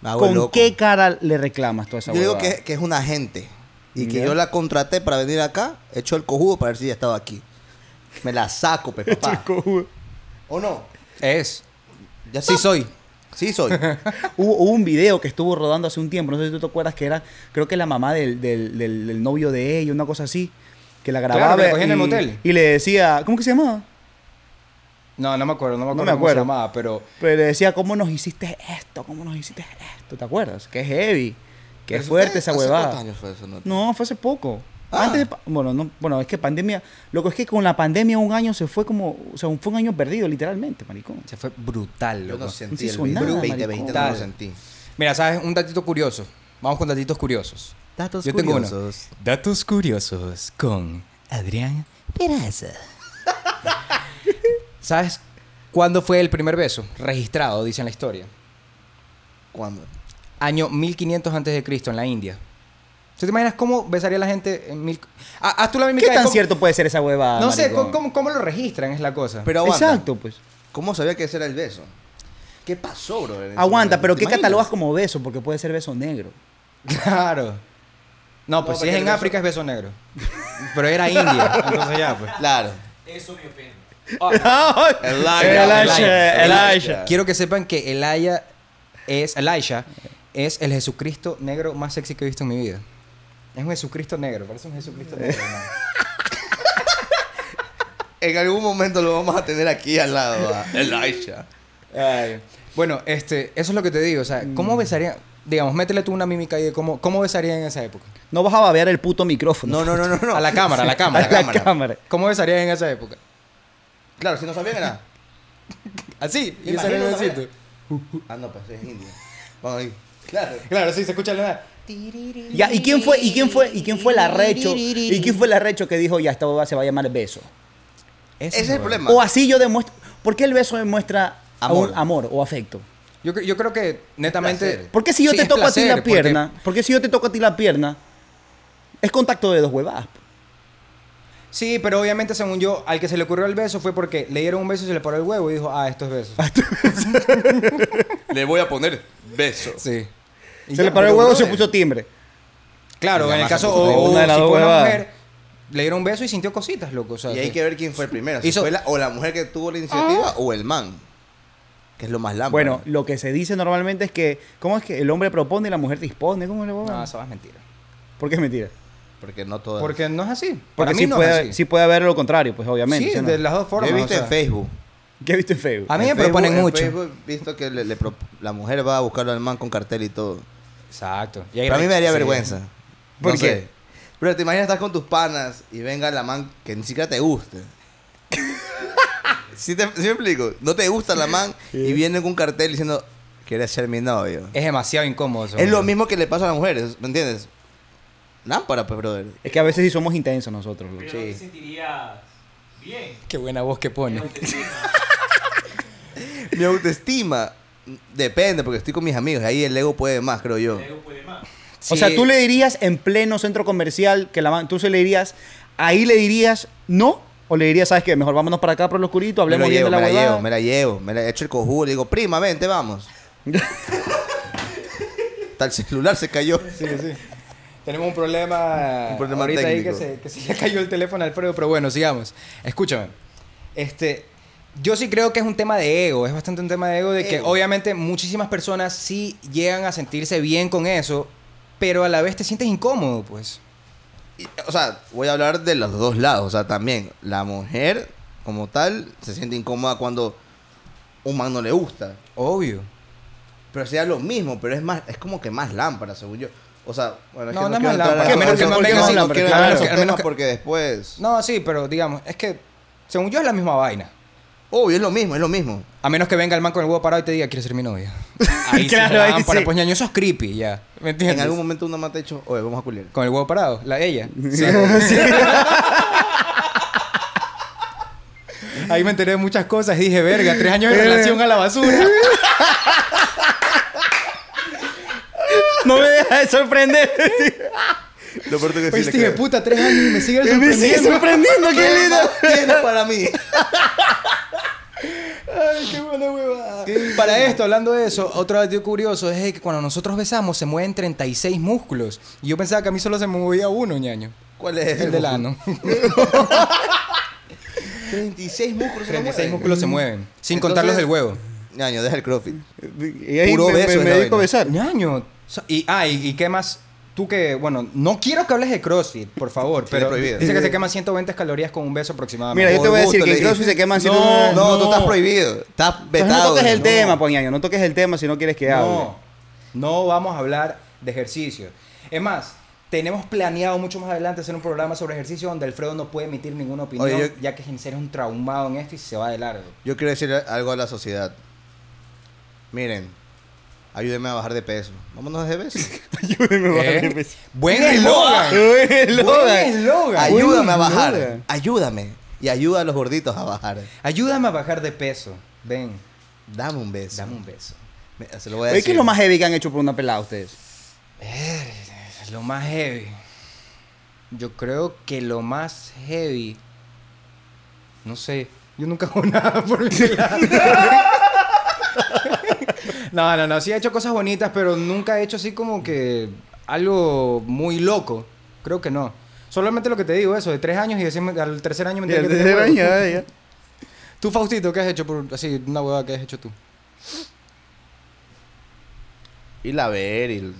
Speaker 1: Me
Speaker 2: Ah,
Speaker 1: hago
Speaker 3: ¿Con
Speaker 1: loco.
Speaker 3: qué cara le reclamas toda esa
Speaker 1: Yo digo
Speaker 3: huevada?
Speaker 1: que, que es un agente. Y que
Speaker 3: Ya.
Speaker 1: yo la contraté para venir acá, hecho el cojudo para ver si ya estaba aquí. Me la saco, pe, papá. ¿O no?
Speaker 2: Es.
Speaker 1: Ya
Speaker 2: Sí
Speaker 1: está.
Speaker 2: soy.
Speaker 1: Sí soy.
Speaker 3: Hubo, hubo un video que estuvo rodando hace un tiempo, no sé si tú te acuerdas, que era, creo que la mamá del, del- del- del novio de ella, una cosa así, que la
Speaker 2: Claro, que
Speaker 3: grababa
Speaker 2: la cogía
Speaker 3: y,
Speaker 2: en el motel.
Speaker 3: y le decía, ¿cómo que se llamaba?
Speaker 2: No, no me acuerdo, no me
Speaker 3: No
Speaker 2: acuerdo,
Speaker 3: me
Speaker 2: cómo se
Speaker 3: acuerdo.
Speaker 2: llamaba, pero
Speaker 3: Pero Pues le decía, ¿cómo nos hiciste esto? ¿Cómo nos hiciste esto? ¿Te acuerdas? Qué heavy, qué
Speaker 1: Pero
Speaker 3: fuerte
Speaker 1: usted,
Speaker 3: esa
Speaker 1: ¿hace
Speaker 3: huevada.
Speaker 1: cuántos años fue eso, no?
Speaker 3: No, fue hace poco.
Speaker 1: Ah.
Speaker 3: Antes de pa- bueno, no, bueno, es que pandemia, loco, es que con la pandemia un año se fue como, o sea, un- fue un año perdido literalmente, maricón.
Speaker 2: se fue brutal,
Speaker 1: Yo
Speaker 2: loco.
Speaker 1: no sentí
Speaker 3: hizo
Speaker 1: el
Speaker 3: nada,
Speaker 1: 2020, no lo
Speaker 2: maricón.
Speaker 1: sentí.
Speaker 2: Mira, ¿sabes? Un datito curioso. Vamos con datitos curiosos.
Speaker 1: Datos
Speaker 2: Yo tengo uno. Datos curiosos con Adrián Peraza. ¿Sabes cuándo fue el primer beso? Registrado, dice en la historia.
Speaker 1: ¿Cuándo?
Speaker 2: Año 1500 antes de Cristo en la India. ¿Tú te imaginas cómo besaría la gente en mil... Ah, haz tú la
Speaker 3: ¿Qué
Speaker 2: mímica de
Speaker 3: tan
Speaker 2: cómo-
Speaker 3: cierto puede ser esa huevada?
Speaker 2: No sé,
Speaker 3: maricón?
Speaker 2: ¿cómo, cómo, cómo lo registran? Es la cosa.
Speaker 1: Pero aguanta.
Speaker 3: Exacto, pues.
Speaker 1: ¿Cómo sabía que ese era el beso? ¿Qué pasó, bro? en ese
Speaker 3: Aguanta,
Speaker 1: momento?
Speaker 3: pero
Speaker 1: ¿Te
Speaker 3: ¿qué
Speaker 1: imaginas?
Speaker 3: catalogas como beso? Porque puede ser beso negro.
Speaker 2: Claro. No, pues
Speaker 1: No,
Speaker 2: si es
Speaker 1: porque
Speaker 2: en
Speaker 1: el beso-
Speaker 2: África es beso negro. Pero era India, entonces ya, pues.
Speaker 1: Claro.
Speaker 3: El
Speaker 1: Elijah.
Speaker 3: Elijah,
Speaker 2: Elijah.
Speaker 3: Elijah.
Speaker 2: Quiero que sepan que Elijah es, Elijah es el Jesucristo negro más sexy que he visto en mi vida. Es un Jesucristo negro, parece un Jesucristo negro. hermano.
Speaker 1: en algún momento lo vamos a tener aquí al lado, ah. a Elisha.
Speaker 2: Ay. Mm. Bueno, este, eso es lo que te digo. O sea, ¿cómo besaría? Digamos, métele tú una mímica ahí de cómo, cómo besaría en esa época.
Speaker 3: No vas a babear el puto
Speaker 1: No,
Speaker 3: micrófono.
Speaker 1: no, no, no, no.
Speaker 2: A la cámara, a la cámara.
Speaker 3: A la cámara.
Speaker 2: ¿Cómo besaría en esa época?
Speaker 1: Claro, si no sabían era.
Speaker 2: Así, y
Speaker 1: Imagino
Speaker 2: ese era el
Speaker 1: la
Speaker 2: besito.
Speaker 1: vaina. Ah, no, pues es indio. Vamos ahí. Claro.
Speaker 2: Claro, sí, se escucha la nada.
Speaker 3: Ya, ¿y quién fue, y quién fue, y quién fue el arrecho? ¿Y quién fue el arrecho que dijo, ya, esta boba se va a llamar beso?
Speaker 1: Ese es el problema.
Speaker 3: O así yo demuestro. ¿Por qué el beso demuestra amor,
Speaker 1: Amor.
Speaker 3: amor o afecto?
Speaker 2: Yo, cre- yo creo que netamente.
Speaker 1: placer.
Speaker 3: ¿Por qué si yo
Speaker 2: Sí,
Speaker 3: te
Speaker 2: es
Speaker 3: toco a ti
Speaker 2: placer,
Speaker 3: la
Speaker 2: porque-
Speaker 3: pierna? ¿Por qué si yo te toco a ti la pierna? Es contacto de dos huevadas.
Speaker 2: Sí, pero obviamente, según yo, al que se le ocurrió el beso fue porque le dieron un beso y se le paró el huevo y dijo, ah, estos besos.
Speaker 1: Le voy a poner beso.
Speaker 2: Sí. Y
Speaker 3: Se
Speaker 2: ya,
Speaker 3: le paró el
Speaker 2: pero,
Speaker 3: huevo y se
Speaker 2: brother,
Speaker 3: puso timbre.
Speaker 2: Claro,
Speaker 1: La
Speaker 2: en el
Speaker 1: masa
Speaker 2: caso.
Speaker 1: puso
Speaker 2: O,
Speaker 1: de
Speaker 2: o
Speaker 3: una de las
Speaker 2: si
Speaker 3: dos
Speaker 2: fue una
Speaker 3: huevadas.
Speaker 2: mujer, le dieron un beso y sintió cositas, loco. O sea,
Speaker 1: Y hay
Speaker 2: sí.
Speaker 1: que ver quién fue el primero. Si
Speaker 2: Hizo-
Speaker 1: fue la, o la mujer que tuvo la iniciativa o el man. Que es lo
Speaker 2: Ah,
Speaker 1: más lámpara.
Speaker 3: Ah. Bueno, lo que se dice normalmente es que, ¿cómo es que el hombre propone y la mujer dispone? ¿Cómo es la huevada?
Speaker 2: No, eso es mentira.
Speaker 3: ¿Por qué es mentira?
Speaker 1: Porque no todas.
Speaker 2: Porque no es así. Para
Speaker 3: Porque
Speaker 2: mí
Speaker 3: sí,
Speaker 2: no es
Speaker 3: puede,
Speaker 2: así.
Speaker 3: sí puede haber lo contrario, pues obviamente.
Speaker 2: Sí,
Speaker 3: ¿sí o no?
Speaker 2: de las dos
Speaker 1: Yo
Speaker 2: formas.
Speaker 1: he
Speaker 2: o
Speaker 1: visto
Speaker 2: sea.
Speaker 1: en Facebook.
Speaker 3: ¿Qué viste en Facebook?
Speaker 2: A mí me
Speaker 1: En Facebook-
Speaker 2: proponen
Speaker 1: en
Speaker 2: mucho.
Speaker 1: Facebook he visto que le- le pro- la mujer va a buscarlo al man con cartel y todo.
Speaker 2: Exacto. Y ahí-
Speaker 1: Pero a mí me daría
Speaker 2: sí.
Speaker 1: vergüenza.
Speaker 3: ¿Por
Speaker 1: No
Speaker 3: qué?
Speaker 1: sé. Pero te imaginas estar con tus panas y venga la man que ni siquiera te guste. ¿Sí, te, sí me explico? No te gusta la man y viene con un cartel diciendo, ¿quieres ser mi novio?
Speaker 2: Es demasiado incómodo. eso,
Speaker 1: Es lo
Speaker 2: hombre.
Speaker 1: mismo que le pasa a las mujeres, ¿me entiendes? Lámpara, pues, brother.
Speaker 3: Es que a veces sí somos intensos nosotros. loco.
Speaker 4: Pero no te sentirías bien.
Speaker 2: Qué buena voz que pone.
Speaker 1: Mi autoestima depende, porque estoy con mis amigos. Ahí el ego puede más, creo yo.
Speaker 4: Luego puede más.
Speaker 3: O sea,
Speaker 2: Sí.
Speaker 3: tú le dirías en pleno centro comercial que la man- tú se le dirías, ahí le dirías no, o le dirías, ¿sabes qué? Mejor vámonos para acá por lo oscurito,
Speaker 1: Me
Speaker 3: hablemos
Speaker 1: lo
Speaker 3: bien
Speaker 1: llevo,
Speaker 3: de
Speaker 1: me
Speaker 3: la
Speaker 1: la
Speaker 3: huevada.
Speaker 1: llevo, me la llevo. Me la echo el cojudo. Le digo, prima, vente, vamos. Hasta el celular se cayó.
Speaker 2: Sí, sí. Tenemos un problema,
Speaker 1: Un problema
Speaker 2: ahorita ahí
Speaker 1: técnico.
Speaker 2: que se, que se le cayó el teléfono a Alfredo, pero bueno, sigamos. Escúchame. Este, yo sí creo que es un tema de ego, es bastante un tema de ego de que
Speaker 1: Ego.
Speaker 2: obviamente muchísimas personas sí llegan a sentirse bien con eso, pero a la vez te sientes incómodo, pues.
Speaker 1: Y, o sea, voy a hablar de los dos lados. O sea, también la mujer como tal se siente incómoda cuando un man no le gusta.
Speaker 2: Obvio.
Speaker 1: Pero sea lo mismo, pero es más, es como que más lámpara, según yo. O sea, bueno, es
Speaker 2: No,
Speaker 1: que
Speaker 2: no es
Speaker 1: no, quiero
Speaker 2: más
Speaker 1: entrar a-
Speaker 2: lámpara,
Speaker 1: no
Speaker 2: a menos que el man
Speaker 1: porque
Speaker 2: venga
Speaker 1: no
Speaker 2: sin
Speaker 1: quiero
Speaker 2: lámpara,
Speaker 1: entrar
Speaker 2: claro,
Speaker 1: a esos
Speaker 2: que a menos
Speaker 1: temas
Speaker 2: que-
Speaker 1: porque después.
Speaker 2: No, sí, pero digamos, es que según yo es la misma vaina.
Speaker 1: Obvio, es lo mismo, es lo mismo.
Speaker 2: A menos que venga el man con el huevo parado y te diga, ¿quieres ser mi novia? Ahí
Speaker 3: Claro,
Speaker 2: sí,
Speaker 3: ahí
Speaker 2: lámpara,
Speaker 3: sí.
Speaker 2: pues ñaño, eso es creepy, ya. ¿Me entiendes?
Speaker 1: En algún momento una mata ha dicho, oye, vamos a culiar.
Speaker 2: Con el huevo parado, la ella. Ahí me enteré de muchas cosas y dije, verga, tres años de
Speaker 1: Eh,
Speaker 2: relación a la basura.
Speaker 3: No me deja de sorprender.
Speaker 1: Lo peor es que
Speaker 2: Pues dije, puta, tres años y me sigue
Speaker 3: me sigue
Speaker 2: sorprendiendo.
Speaker 3: sorprendiendo, qué lindo.
Speaker 1: tiene para mí?
Speaker 2: Qué buena huevada. Para esto, hablando de eso, otro dato curioso es de que cuando nosotros besamos se mueven 36 músculos. Y yo pensaba que a mí solo se me movía uno, ñaño.
Speaker 1: ¿Cuál es?
Speaker 2: El del ano.
Speaker 1: 36 músculos. se
Speaker 2: 36
Speaker 1: mueven.
Speaker 2: músculos se mueven. Sin contar los del huevo.
Speaker 1: Ñaño, deja el crossfit.
Speaker 3: Y ahí
Speaker 1: Puro
Speaker 3: me,
Speaker 1: beso
Speaker 3: me-
Speaker 1: es la
Speaker 3: me dedico
Speaker 1: vaina.
Speaker 3: a besar.
Speaker 2: Ñaño. So- Y, ah, y, y qué más. Tú que, bueno, no quiero que hables de CrossFit, por favor, pero
Speaker 1: prohibido.
Speaker 2: dice que se queman 120 calorías con un beso aproximadamente.
Speaker 3: Mira, yo te
Speaker 1: Por
Speaker 3: voy a decir
Speaker 1: gusto,
Speaker 3: que en
Speaker 1: le dije.
Speaker 3: CrossFit se queman
Speaker 2: No,
Speaker 1: No,
Speaker 3: 190.
Speaker 1: tú estás prohibido. Estás
Speaker 3: Entonces
Speaker 1: vetado.
Speaker 3: no toques el
Speaker 1: No.
Speaker 3: tema, poñaño. No toques el tema si no quieres que hable.
Speaker 2: No, no vamos a hablar de ejercicio. Es más, tenemos planeado mucho más adelante hacer un programa sobre ejercicio donde Alfredo no puede emitir ninguna opinión,
Speaker 1: Oye, yo-
Speaker 2: ya que Gincer es un traumado en esto y se va de largo.
Speaker 1: Yo quiero decir algo a la sociedad. Miren, ayúdenme a bajar de peso. Vámonos de beso.
Speaker 3: Ayúdeme a bajar
Speaker 2: ¿Eh?
Speaker 3: de
Speaker 1: pues.
Speaker 3: peso.
Speaker 2: ¡Buen eslogan!
Speaker 3: Buen
Speaker 2: ¡Buen
Speaker 3: eslogan.
Speaker 2: eslogan!
Speaker 3: Ay.
Speaker 1: Ayúdame a
Speaker 3: Ayuda.
Speaker 1: bajar. Ayúdame. Y ayuda a los gorditos a bajar.
Speaker 2: Ayúdame a bajar de peso. Ven,
Speaker 1: Dame un beso.
Speaker 2: dame un beso.
Speaker 1: Me- Se lo voy a
Speaker 3: Oye,
Speaker 1: decir.
Speaker 3: ¿Qué es lo más heavy que han hecho por una pelada ustedes?
Speaker 2: Es Lo más heavy. Yo creo que lo más heavy. No sé. Yo nunca hago nada por mi lado. no, no, no. Sí he hecho cosas bonitas, pero nunca he hecho así como que algo muy loco. Creo que no. Solamente lo que te digo, eso, de tres años y decirme, al tercer año me enteré que tenía huevo. Tú, Faustito, ¿qué has hecho por así una huevada que has hecho tú?
Speaker 1: Y la ver, y el-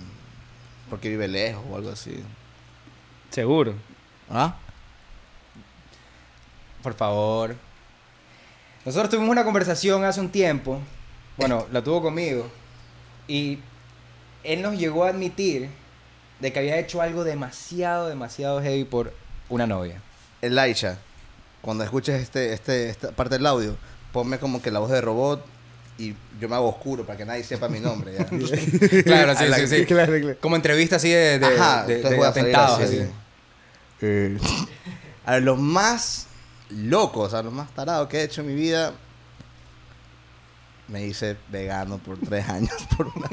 Speaker 1: porque vive lejos o algo así.
Speaker 3: Seguro.
Speaker 1: ¿Ah?
Speaker 2: Por favor. Nosotros tuvimos una conversación hace un tiempo. Bueno, la tuvo conmigo. Y él nos llegó a admitir de que había hecho algo demasiado, demasiado heavy por una novia.
Speaker 1: El Aisha, cuando escuches este, este, esta parte del audio, ponme como que la voz de robot y yo me hago oscuro para que nadie sepa mi nombre. ya.
Speaker 2: Claro, sí,
Speaker 1: A la-
Speaker 2: sí, sí.
Speaker 3: claro, claro.
Speaker 2: Como entrevista así de, de,
Speaker 1: Ajá,
Speaker 2: de-
Speaker 1: entonces
Speaker 2: de
Speaker 1: voy a salir
Speaker 2: atentados.
Speaker 1: así,
Speaker 2: así.
Speaker 1: así. Eh, a los más locos, a los más tarados que he hecho en mi vida, me hice vegano por tres años. Por una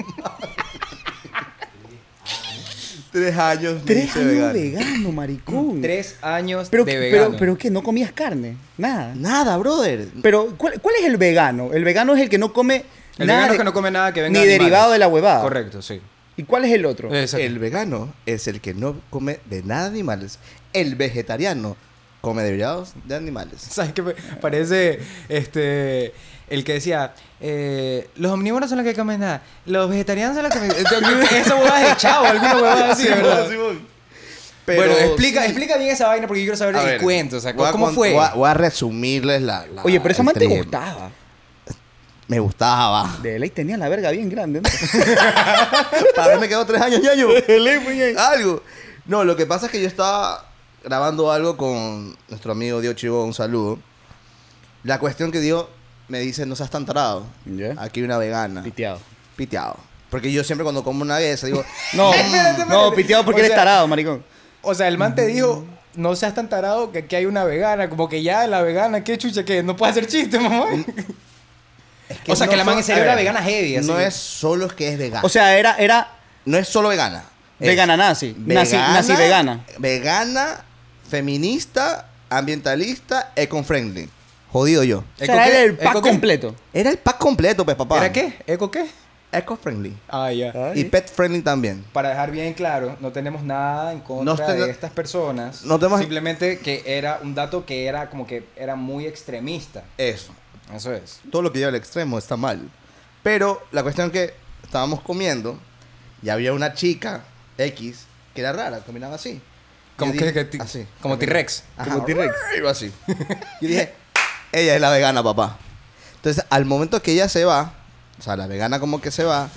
Speaker 1: tres años. me
Speaker 3: Tres
Speaker 1: hice
Speaker 3: años vegano, maricón.
Speaker 2: Mm, Tres años
Speaker 3: pero,
Speaker 2: de
Speaker 3: pero-
Speaker 2: vegano.
Speaker 3: pero ¿qué? ¿No comías carne? Nada.
Speaker 1: Nada, brother.
Speaker 3: Pero, ¿cuál, cuál es el vegano? El vegano es el que no come
Speaker 2: el
Speaker 3: nada.
Speaker 2: vegano es
Speaker 3: de-
Speaker 2: que no come nada que venga
Speaker 3: Ni
Speaker 2: de animales.
Speaker 3: derivado de la huevada.
Speaker 2: Correcto, sí.
Speaker 3: ¿Y cuál es el otro?
Speaker 2: Exacto.
Speaker 1: El vegano es el que no come de nada de animales. El vegetariano come derivados de animales.
Speaker 2: ¿Sabes qué? Parece este el que decía eh, los omnívoros son los que comen nada, los vegetarianos son los que esa huevada es de chavo, alguna
Speaker 3: Ah,
Speaker 2: huevada así, ¿verdad? bueno, explica, explica bien esa vaina porque yo quiero saber
Speaker 1: A
Speaker 2: el
Speaker 1: ver,
Speaker 2: cuento, o sea,
Speaker 1: voy a
Speaker 2: ¿cómo
Speaker 1: cont-
Speaker 2: fue?
Speaker 1: Voy a, voy a resumirles la, la-
Speaker 3: Oye, pero esa
Speaker 1: el
Speaker 3: man te
Speaker 1: trip.
Speaker 3: gustaba.
Speaker 1: Me gustaba.
Speaker 3: De ley tenía la verga bien grande, ¿no?
Speaker 1: Para mí me quedó tres años, ñaño. algo. No, lo que pasa es que yo estaba grabando algo con nuestro amigo Dio Chivo, un saludo. La cuestión que dio me dice, no seas tan tarado.
Speaker 3: Ya.
Speaker 1: Aquí hay una vegana.
Speaker 3: Piteado.
Speaker 1: Piteado. Porque yo siempre cuando como una vez digo,
Speaker 3: No,
Speaker 2: Espérate,
Speaker 3: no,
Speaker 2: espérate.
Speaker 3: piteado porque
Speaker 2: O
Speaker 3: eres
Speaker 2: sea-
Speaker 3: tarado, maricón.
Speaker 2: O sea, el man te dijo, no seas tan tarado que aquí hay una vegana, como que ya la vegana, qué chucha que no puedes hacer chistes, mamá. o sea,
Speaker 1: no
Speaker 2: que la man
Speaker 1: so-
Speaker 2: en serio era
Speaker 1: a ver,
Speaker 2: vegana heavy, así.
Speaker 1: no es solo que es vegana.
Speaker 3: O sea, era, era
Speaker 1: no es solo vegana. Es
Speaker 3: vegana nazi. Nazi, nazi vegana.
Speaker 1: Vegana, feminista, ambientalista, eco-friendly. Jodido yo.
Speaker 3: O sea,
Speaker 2: ¿Eco
Speaker 3: era
Speaker 2: qué?
Speaker 3: el pack
Speaker 2: ¿Eco qué?
Speaker 3: completo.
Speaker 1: Era el pack completo, pues, papá.
Speaker 2: ¿Era qué? ¿Eco qué?
Speaker 1: Eco-friendly.
Speaker 2: Ah, ya.
Speaker 1: Y pet-friendly también.
Speaker 2: para dejar bien claro, no tenemos nada en
Speaker 1: No
Speaker 2: contra
Speaker 1: tengo-
Speaker 2: de estas personas.
Speaker 1: no tenemos-
Speaker 2: Simplemente que era un dato que era como que era muy extremista.
Speaker 1: Eso.
Speaker 2: Eso es.
Speaker 1: todo lo que lleva al extremo está mal. Pero la cuestión que estábamos comiendo y había una chica X que era rara, caminaba así.
Speaker 2: Como
Speaker 1: Yo
Speaker 2: que-
Speaker 1: dije, ah,
Speaker 2: que ti-
Speaker 1: así,
Speaker 2: como
Speaker 1: caminaba.
Speaker 2: T-Rex.
Speaker 1: Ajá,
Speaker 3: Como T-Rex.
Speaker 1: iba así. Yo dije, ella es la vegana, papá. Entonces, al momento que ella se va, o sea, la vegana como que se va.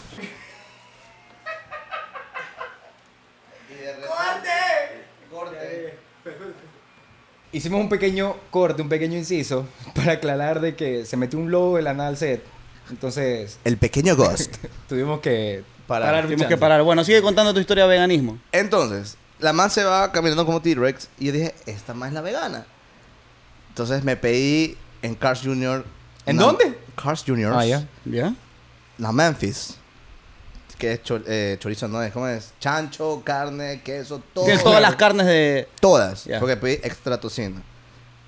Speaker 2: Hicimos un pequeño corte, un pequeño inciso para aclarar de que se metió un lobo del anal set. Entonces
Speaker 1: El pequeño Ghost.
Speaker 2: tuvimos que
Speaker 1: Parar.
Speaker 2: un
Speaker 3: Tenemos que
Speaker 2: chance.
Speaker 3: parar. Bueno, sigue contando tu historia de veganismo.
Speaker 1: Entonces, la man se va caminando como T-Rex y yo dije, esta man es la vegana. Entonces me pedí en Cars Jr.
Speaker 2: ¿En
Speaker 1: una-
Speaker 2: dónde?
Speaker 1: Cars Jr.
Speaker 2: Ah, ya.
Speaker 3: ¿Ya?
Speaker 1: La Memphis. Que es chor- eh, chorizo, no es, ¿cómo es? Chancho, carne, queso, todo.
Speaker 3: Tienes todas las carnes de...
Speaker 1: Todas.
Speaker 3: Ya.
Speaker 1: Porque pedí extra tocino.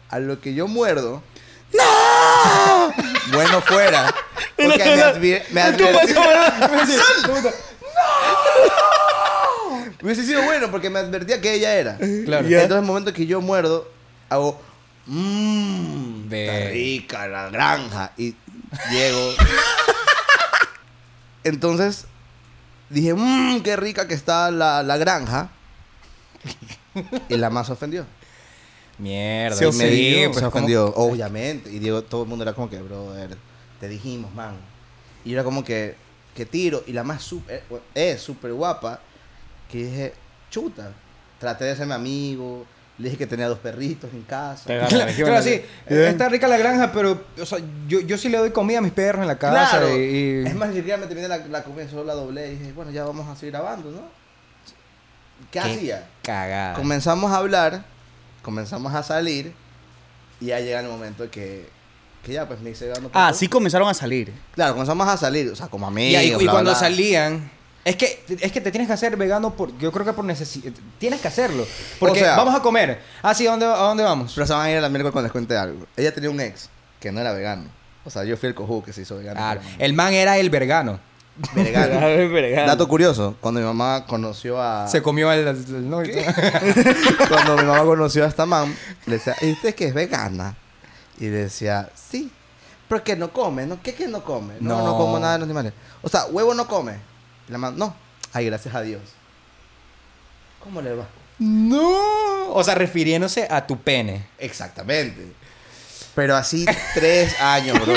Speaker 1: A lo que yo muerdo. ¡No! Bueno fuera. Porque me, advi- me advirtió. Hubiese sido bueno porque me advertía que ella era.
Speaker 2: Claro.
Speaker 1: Entonces, en el momento que yo muerdo, hago. Mmm.
Speaker 2: Ve.
Speaker 1: Está rica la granja. Y llego. Entonces dije, mmm, qué rica que está la, la granja. Y la más se ofendió.
Speaker 2: Mierda. sí,
Speaker 3: Se ofendió,
Speaker 2: pues,
Speaker 1: se
Speaker 2: ¿cómo?
Speaker 1: ofendió, obviamente. Y Diego, todo el mundo era como que, brother, te dijimos, man. Y yo era como que, que tiro. Y la más súper, es súper guapa, que dije, chuta. Traté de ser mi amigo, le dije que tenía dos perritos en casa.
Speaker 3: Te
Speaker 2: Claro,
Speaker 3: Dale,
Speaker 2: claro,
Speaker 3: dale.
Speaker 2: sí.
Speaker 3: Bien.
Speaker 2: Está rica la granja, pero o sea, yo, yo sí le doy comida a mis perros en la casa.
Speaker 1: Claro.
Speaker 2: y- y-
Speaker 1: Es más, ni siquiera me terminé la, la comida, solo la doblé. Y dije, bueno, ya vamos a seguir grabando, ¿no? ¿Qué, hacía?
Speaker 2: Cagada.
Speaker 1: Comenzamos a hablar, comenzamos a salir. Y ya llega el momento que, que ya, pues me hice dando
Speaker 3: Ah,
Speaker 1: cuenta.
Speaker 3: sí comenzaron a salir.
Speaker 1: Claro, comenzamos a salir, o sea, como amigos.
Speaker 2: Y, ahí- y
Speaker 1: bla,
Speaker 2: cuando
Speaker 1: bla.
Speaker 2: salían. Es que, es que te tienes que hacer vegano por. Yo creo que por necesidad. Tienes que hacerlo. Porque
Speaker 1: O sea-
Speaker 2: vamos a comer. Ah, sí, ¿a dónde, a dónde vamos?
Speaker 1: Pero se van a ir a la miércoles cuando les cuente algo. Ella tenía un ex que no era vegano. O sea, yo fui el cojudo que se hizo vegano.
Speaker 2: Claro. Ah, El man era el vegano.
Speaker 1: Vegano.
Speaker 3: Verga.
Speaker 1: Dato curioso, cuando mi mamá conoció a...
Speaker 2: Se comió el. el- no,
Speaker 1: cuando mi mamá conoció a esta man, le decía, ¿y usted que es vegana? Y le decía, sí. ¿Pero qué no come? ¿No? ¿Qué que no come? No, no,
Speaker 2: No.
Speaker 1: como nada de los animales. O sea, huevo no come. Y la man, no. Ay, gracias a Dios. ¿Cómo le va?
Speaker 2: no. O sea, refiriéndose a tu pene.
Speaker 1: Exactamente. Pero así tres años, bro.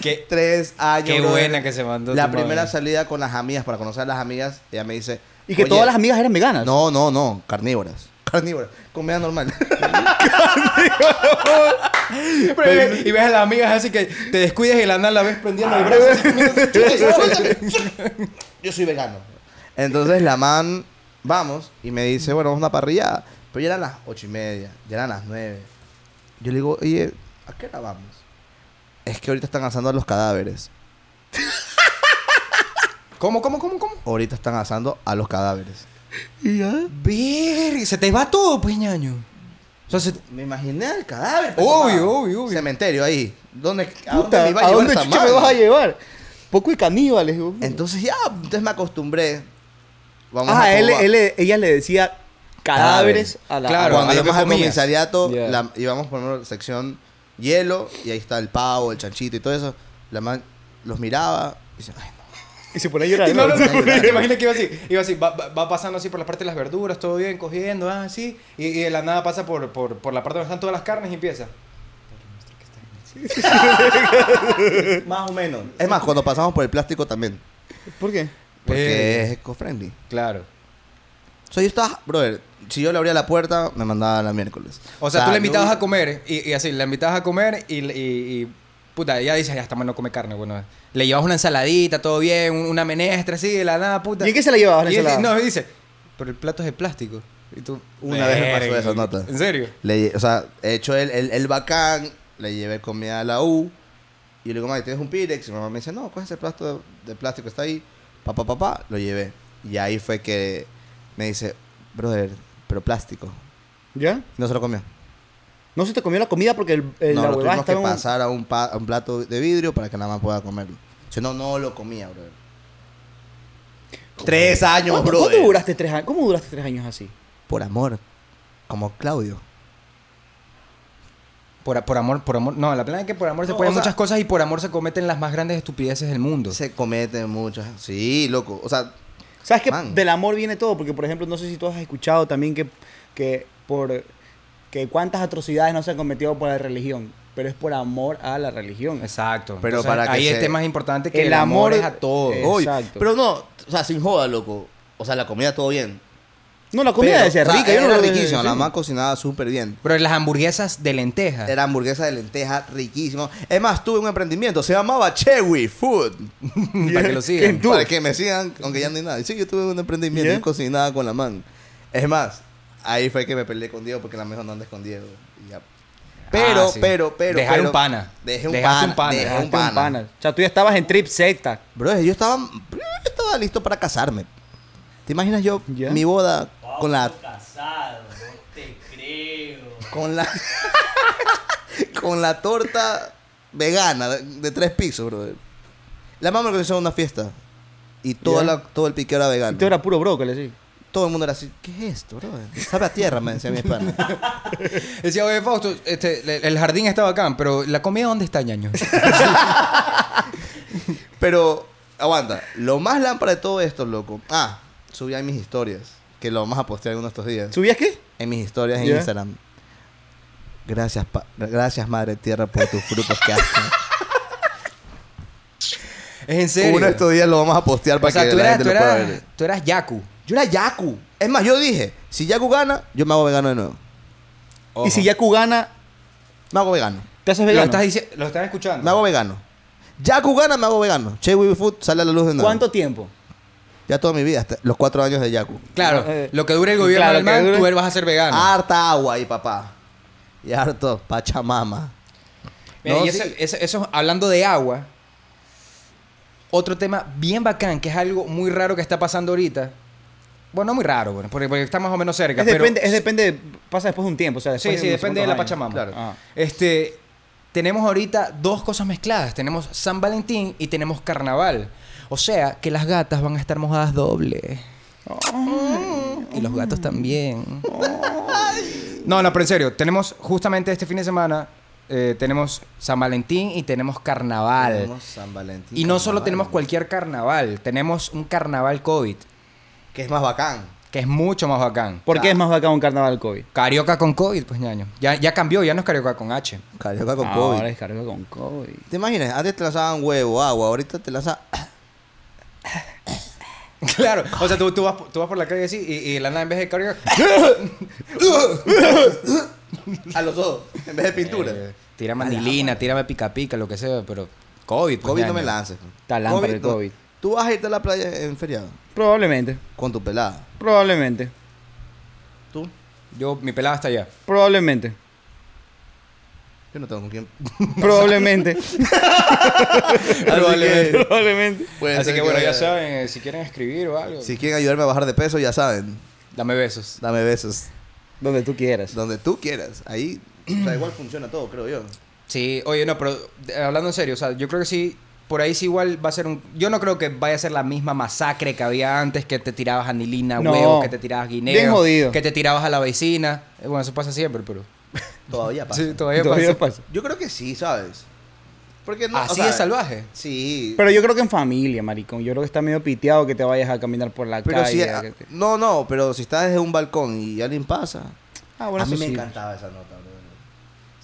Speaker 2: Que
Speaker 1: tres años.
Speaker 2: Qué
Speaker 1: brother.
Speaker 2: buena que se mandó
Speaker 1: La
Speaker 2: tu
Speaker 1: primera
Speaker 2: novia.
Speaker 1: salida con las amigas, para conocer a las amigas, ella me dice.
Speaker 3: Y que
Speaker 1: "Oye,
Speaker 3: todas las amigas eran veganas.
Speaker 1: No, no, no, carnívoras. Carnívoras, comida normal.
Speaker 2: Pero, y ves- y ves a las amigas así que te descuidas y la andan la ves prendiendo el brazo. así comiéndose
Speaker 1: Yo soy vegano. Entonces la man, vamos, y me dice, bueno, vamos a una parrillada. Pero ya eran las ocho y media, ya eran las nueve. Yo le digo, oye, ¿a qué hora vamos? Es que ahorita están asando los cadáveres.
Speaker 2: ¿Cómo, cómo, cómo, cómo?
Speaker 1: Ahorita están asando a los cadáveres.
Speaker 2: Ver, se te va todo, pues, ñaño. O sea, se-
Speaker 1: Me imaginé al cadáver. pues,
Speaker 2: Obvio,
Speaker 1: papá.
Speaker 2: obvio, obvio.
Speaker 1: Cementerio ahí. ¿Dónde, ¿A dónde
Speaker 3: Puta,
Speaker 1: me iba a, llevar esta
Speaker 3: chucha
Speaker 1: mano?
Speaker 3: me vas a llevar? Poco de caníbales. güey.
Speaker 1: Entonces ya, entonces me acostumbré. Vamos
Speaker 3: Ah, él,
Speaker 1: Cuba.
Speaker 3: él, ella le decía cadáveres a la
Speaker 2: Claro,
Speaker 1: Cuando
Speaker 2: a lo que
Speaker 1: íbamos al
Speaker 2: comías.
Speaker 1: comisariato,
Speaker 3: Ya.
Speaker 1: la- íbamos por una sección hielo y ahí está el pavo, el chanchito y todo eso. La man los miraba y dice, ay, no.
Speaker 3: Y se pone a llorar.
Speaker 2: Y no, no,
Speaker 3: ¿no?
Speaker 2: no, no, me imagino que iba así, iba así, va, va- va pasando así por la parte de las verduras, todo bien, cogiendo, ah, así, y, y de la nada pasa por, por, por la parte donde están todas las carnes y empieza.
Speaker 1: Más o menos. Es más, cuando pasamos por el plástico también.
Speaker 3: ¿Por qué?
Speaker 1: Porque
Speaker 2: Eh.
Speaker 1: es eco-friendly.
Speaker 2: Claro.
Speaker 1: O sea, yo estaba, brother, si yo le abría la puerta, me mandaba la miércoles.
Speaker 2: O sea, tú la
Speaker 1: no-
Speaker 2: invitabas a comer, y, y así, la invitabas a comer, y, y- y, puta, ella dice, ya esta man no come carne, bueno, le llevas una ensaladita, todo bien, un- una menestra, así, de la nada, puta.
Speaker 3: ¿Y en qué se la llevabas la
Speaker 2: Y él dice-
Speaker 3: ensalada?
Speaker 2: No, y dice, pero el plato es de plástico. Y tú,
Speaker 1: Una vez me pasó
Speaker 2: "Verga".
Speaker 1: eso, nota.
Speaker 2: ¿En serio?
Speaker 1: Le lle- o sea, he hecho el, el, el bacán, le llevé comida a la U. Y yo le digo, mami, ¿tienes un Pirex? Y mi mamá me dice, no, coge ese plato de, de plástico, está ahí. Papá, papá, lo llevé. Y ahí fue que me dice, brother, pero plástico.
Speaker 3: ¿Ya?
Speaker 1: No se lo comió.
Speaker 3: No se te comió la comida porque el, el-
Speaker 1: no,
Speaker 3: Eh, la
Speaker 1: lo tuvimos
Speaker 3: huevada
Speaker 1: que
Speaker 3: estaba... en un-
Speaker 1: pasar a un, pa- a un plato de vidrio para que nada más pueda comerlo. Si no, no lo comía, brother. Tres años,
Speaker 3: ¿Cuánto,
Speaker 1: brother.
Speaker 3: cuánto duraste tres años? ¿Cómo duraste tres años así?
Speaker 1: Por amor. Como Claudio.
Speaker 2: Por, por amor, por amor. No, la plena es que por amor se
Speaker 1: No,
Speaker 2: pueden
Speaker 1: o sea-
Speaker 2: muchas cosas y por amor se cometen las más grandes estupideces del mundo.
Speaker 1: Se cometen muchas. Sí, loco. O sea,
Speaker 3: ¿Sabes que
Speaker 1: Man.
Speaker 3: del amor viene todo? Porque, por ejemplo, no sé si tú has escuchado también que, que por que cuántas atrocidades no se han cometido por la religión, pero es por amor a la religión.
Speaker 2: Exacto.
Speaker 1: Pero
Speaker 2: Pero
Speaker 1: para
Speaker 2: para
Speaker 1: que
Speaker 2: ahí
Speaker 1: se-
Speaker 2: el tema es importante que
Speaker 3: El
Speaker 2: el, amor,
Speaker 3: amor-
Speaker 2: es a todo.
Speaker 3: Eh,
Speaker 1: Oye,
Speaker 3: Exacto.
Speaker 1: Pero no, o sea, sin joda, loco. O sea, la comida todo bien.
Speaker 3: No, la comida
Speaker 1: Pero,
Speaker 3: decía
Speaker 1: o sea,
Speaker 3: rica. yo no
Speaker 1: era
Speaker 3: lo-
Speaker 1: riquísima.
Speaker 3: sí.
Speaker 1: La mamá cocinaba súper bien.
Speaker 2: Pero las hamburguesas de lenteja.
Speaker 1: Era hamburguesa de lenteja riquísima. Es más, tuve un emprendimiento. Se llamaba Chewy Food.
Speaker 2: para que lo sigan.
Speaker 1: Para que me sigan, aunque ya no hay nada. Sí, yo tuve un emprendimiento.
Speaker 3: ¿Ya?
Speaker 1: Yo cocinaba con la man. Es más, ahí fue que me peleé con Diego porque la mejor no andes con Diego. Y ya. Pero,
Speaker 2: sí.
Speaker 1: pero, pero.
Speaker 2: Dejar
Speaker 1: pero-
Speaker 2: un pana.
Speaker 1: Dejé un
Speaker 2: Dejaste
Speaker 1: pana.
Speaker 2: un pana,
Speaker 1: Dejé
Speaker 3: Dejaste
Speaker 1: un pana.
Speaker 3: O sea, tú ya estabas en trip secta.
Speaker 1: Bro, yo estaba, yo estaba listo para casarme. ¿Te imaginas yo
Speaker 3: ¿Ya?
Speaker 1: mi boda con la
Speaker 4: Casado, no te creo.
Speaker 1: con la con la torta vegana de, de tres pisos, brother? La mamá me organizó una fiesta y toda
Speaker 3: ¿Ya?
Speaker 1: la, todo el piqueo era
Speaker 3: Y
Speaker 1: vegano.
Speaker 3: tú era puro brócoli, sí.
Speaker 1: Todo el mundo era así, ¿qué es esto, brother? Sabe a tierra, me decía mi hermano.
Speaker 2: Decía, oye, Fausto, este, le- el jardín está bacán, pero ¿la comida dónde está, ñaño?
Speaker 1: Pero, aguanta, lo más lámpara de todo esto, loco. Ah, subí ahí mis historias, que lo vamos a postear en uno de estos días.
Speaker 3: ¿Subías qué?
Speaker 1: en mis historias en
Speaker 3: Ya.
Speaker 1: Instagram. Gracias, pa- gracias Madre Tierra por tus frutos que haces.
Speaker 2: es en serio.
Speaker 1: Uno de estos días lo vamos a postear para
Speaker 2: o sea,
Speaker 1: que
Speaker 2: tú
Speaker 1: la
Speaker 2: eras,
Speaker 1: gente
Speaker 2: tú,
Speaker 1: lo pueda
Speaker 2: eras,
Speaker 1: ver.
Speaker 2: tú eras Yaku.
Speaker 1: Yo era Yaku. Es más, yo dije, si Yaku gana, yo me hago vegano de nuevo.
Speaker 3: Y si Yaku gana,
Speaker 1: Me hago vegano.
Speaker 3: te
Speaker 2: Lo
Speaker 3: haces vegano.
Speaker 2: estás, dici- lo estás escuchando.
Speaker 1: Me hago vegano. Yaku gana, me hago vegano. Che Wee Food sale a la luz de nuevo.
Speaker 3: ¿Cuánto tiempo?
Speaker 1: Ya toda mi vida, hasta los cuatro años de Yaku.
Speaker 2: Claro,
Speaker 3: Eh,
Speaker 2: lo que dure el gobierno
Speaker 3: claro,
Speaker 2: del
Speaker 3: que
Speaker 2: man,
Speaker 3: dure-
Speaker 2: tú vas a ser vegano.
Speaker 1: Harta agua ahí, papá. Y harto pachamama.
Speaker 2: Mira,
Speaker 1: No,
Speaker 2: y
Speaker 1: sí.
Speaker 2: eso, eso- eso- hablando de agua, otro tema bien bacán, que es algo muy raro que está pasando ahorita. Bueno, no muy raro, bueno, porque, porque está más o menos cerca.
Speaker 3: Es,
Speaker 2: pero,
Speaker 3: depende, es depende, pasa después de un tiempo. O sea, después
Speaker 2: sí, sí,
Speaker 3: unos
Speaker 2: depende de la
Speaker 3: cuantos años.
Speaker 2: Pachamama.
Speaker 3: Ah.
Speaker 2: Este, tenemos ahorita dos cosas mezcladas. Tenemos San Valentín y tenemos Carnaval. O sea, que las gatas van a estar mojadas doble. Y los gatos también. No, no, pero en serio, tenemos justamente este fin de semana, eh, tenemos San Valentín y tenemos Carnaval.
Speaker 1: Tenemos San Valentín.
Speaker 2: Y no solo
Speaker 1: carnaval,
Speaker 2: tenemos cualquier carnaval, tenemos un carnaval COVID.
Speaker 1: Que es más bacán.
Speaker 2: que es mucho más bacán.
Speaker 3: ¿Por qué es más bacán un carnaval COVID?
Speaker 2: Carioca con COVID, pues ñaño. Ya, ya cambió, ya no es carioca con H.
Speaker 1: Carioca con COVID.
Speaker 3: Ahora es carioca con COVID.
Speaker 1: ¿Te imaginas? Antes te lanzaban huevo, agua, ahorita te lanzan.
Speaker 2: Claro, o sea, tú, tú vas, tú vas por la calle así y, y la nada en vez de carioca.
Speaker 1: A los ojos, en vez de pintura.
Speaker 2: Eh, tira mandilina, tírame pica pica, lo que sea, pero COVID. pues,
Speaker 1: COVID no
Speaker 2: ñaño.
Speaker 1: me lances.
Speaker 3: Está lámpara el
Speaker 1: no.
Speaker 3: COVID.
Speaker 1: Tú vas a irte a la playa en feriado
Speaker 3: Probablemente,
Speaker 1: con tu pelada.
Speaker 3: probablemente,
Speaker 1: ¿Tú?
Speaker 2: Yo, mi pelada está allá.
Speaker 3: probablemente,
Speaker 1: Yo no tengo con quién.
Speaker 3: probablemente,
Speaker 1: Probablemente.
Speaker 3: probablemente.
Speaker 1: Puede
Speaker 2: Así
Speaker 1: ser
Speaker 2: que bueno,
Speaker 1: vaya-
Speaker 2: ya saben, eh, si quieren escribir o algo,
Speaker 1: Si quieren ayudarme a bajar de peso, ya saben.
Speaker 2: dame besos.
Speaker 1: Dame besos.
Speaker 3: Donde tú quieras.
Speaker 1: Donde tú quieras. Ahí, o sea, igual funciona todo, creo yo.
Speaker 2: Sí, oye, no, pero eh, hablando en serio, o sea, yo creo que sí, por ahí sí igual va a ser un... Yo no creo que vaya a ser la misma masacre que había antes, que te tirabas anilina,
Speaker 3: No.
Speaker 2: huevo, que te tirabas guineo,
Speaker 3: Bien jodido.
Speaker 2: que te tirabas a la vecina. Eh, Bueno, eso pasa siempre, pero...
Speaker 1: Todavía pasa.
Speaker 2: Sí, todavía,
Speaker 3: Todavía
Speaker 2: pasa.
Speaker 3: pasa.
Speaker 1: Yo creo que sí, ¿sabes? Porque no, o
Speaker 2: Así
Speaker 1: sea,
Speaker 2: de salvaje.
Speaker 1: Sí.
Speaker 3: Pero yo creo que en familia, maricón. Yo creo que está medio piteado que te vayas a caminar por la
Speaker 1: Pero si...
Speaker 3: calle.
Speaker 2: ah,
Speaker 3: que te-
Speaker 1: No, no, pero si estás desde un balcón y alguien pasa.
Speaker 3: Ah, bueno,
Speaker 1: a mí
Speaker 3: eso
Speaker 1: me
Speaker 3: sí.
Speaker 1: encantaba esa nota, bro.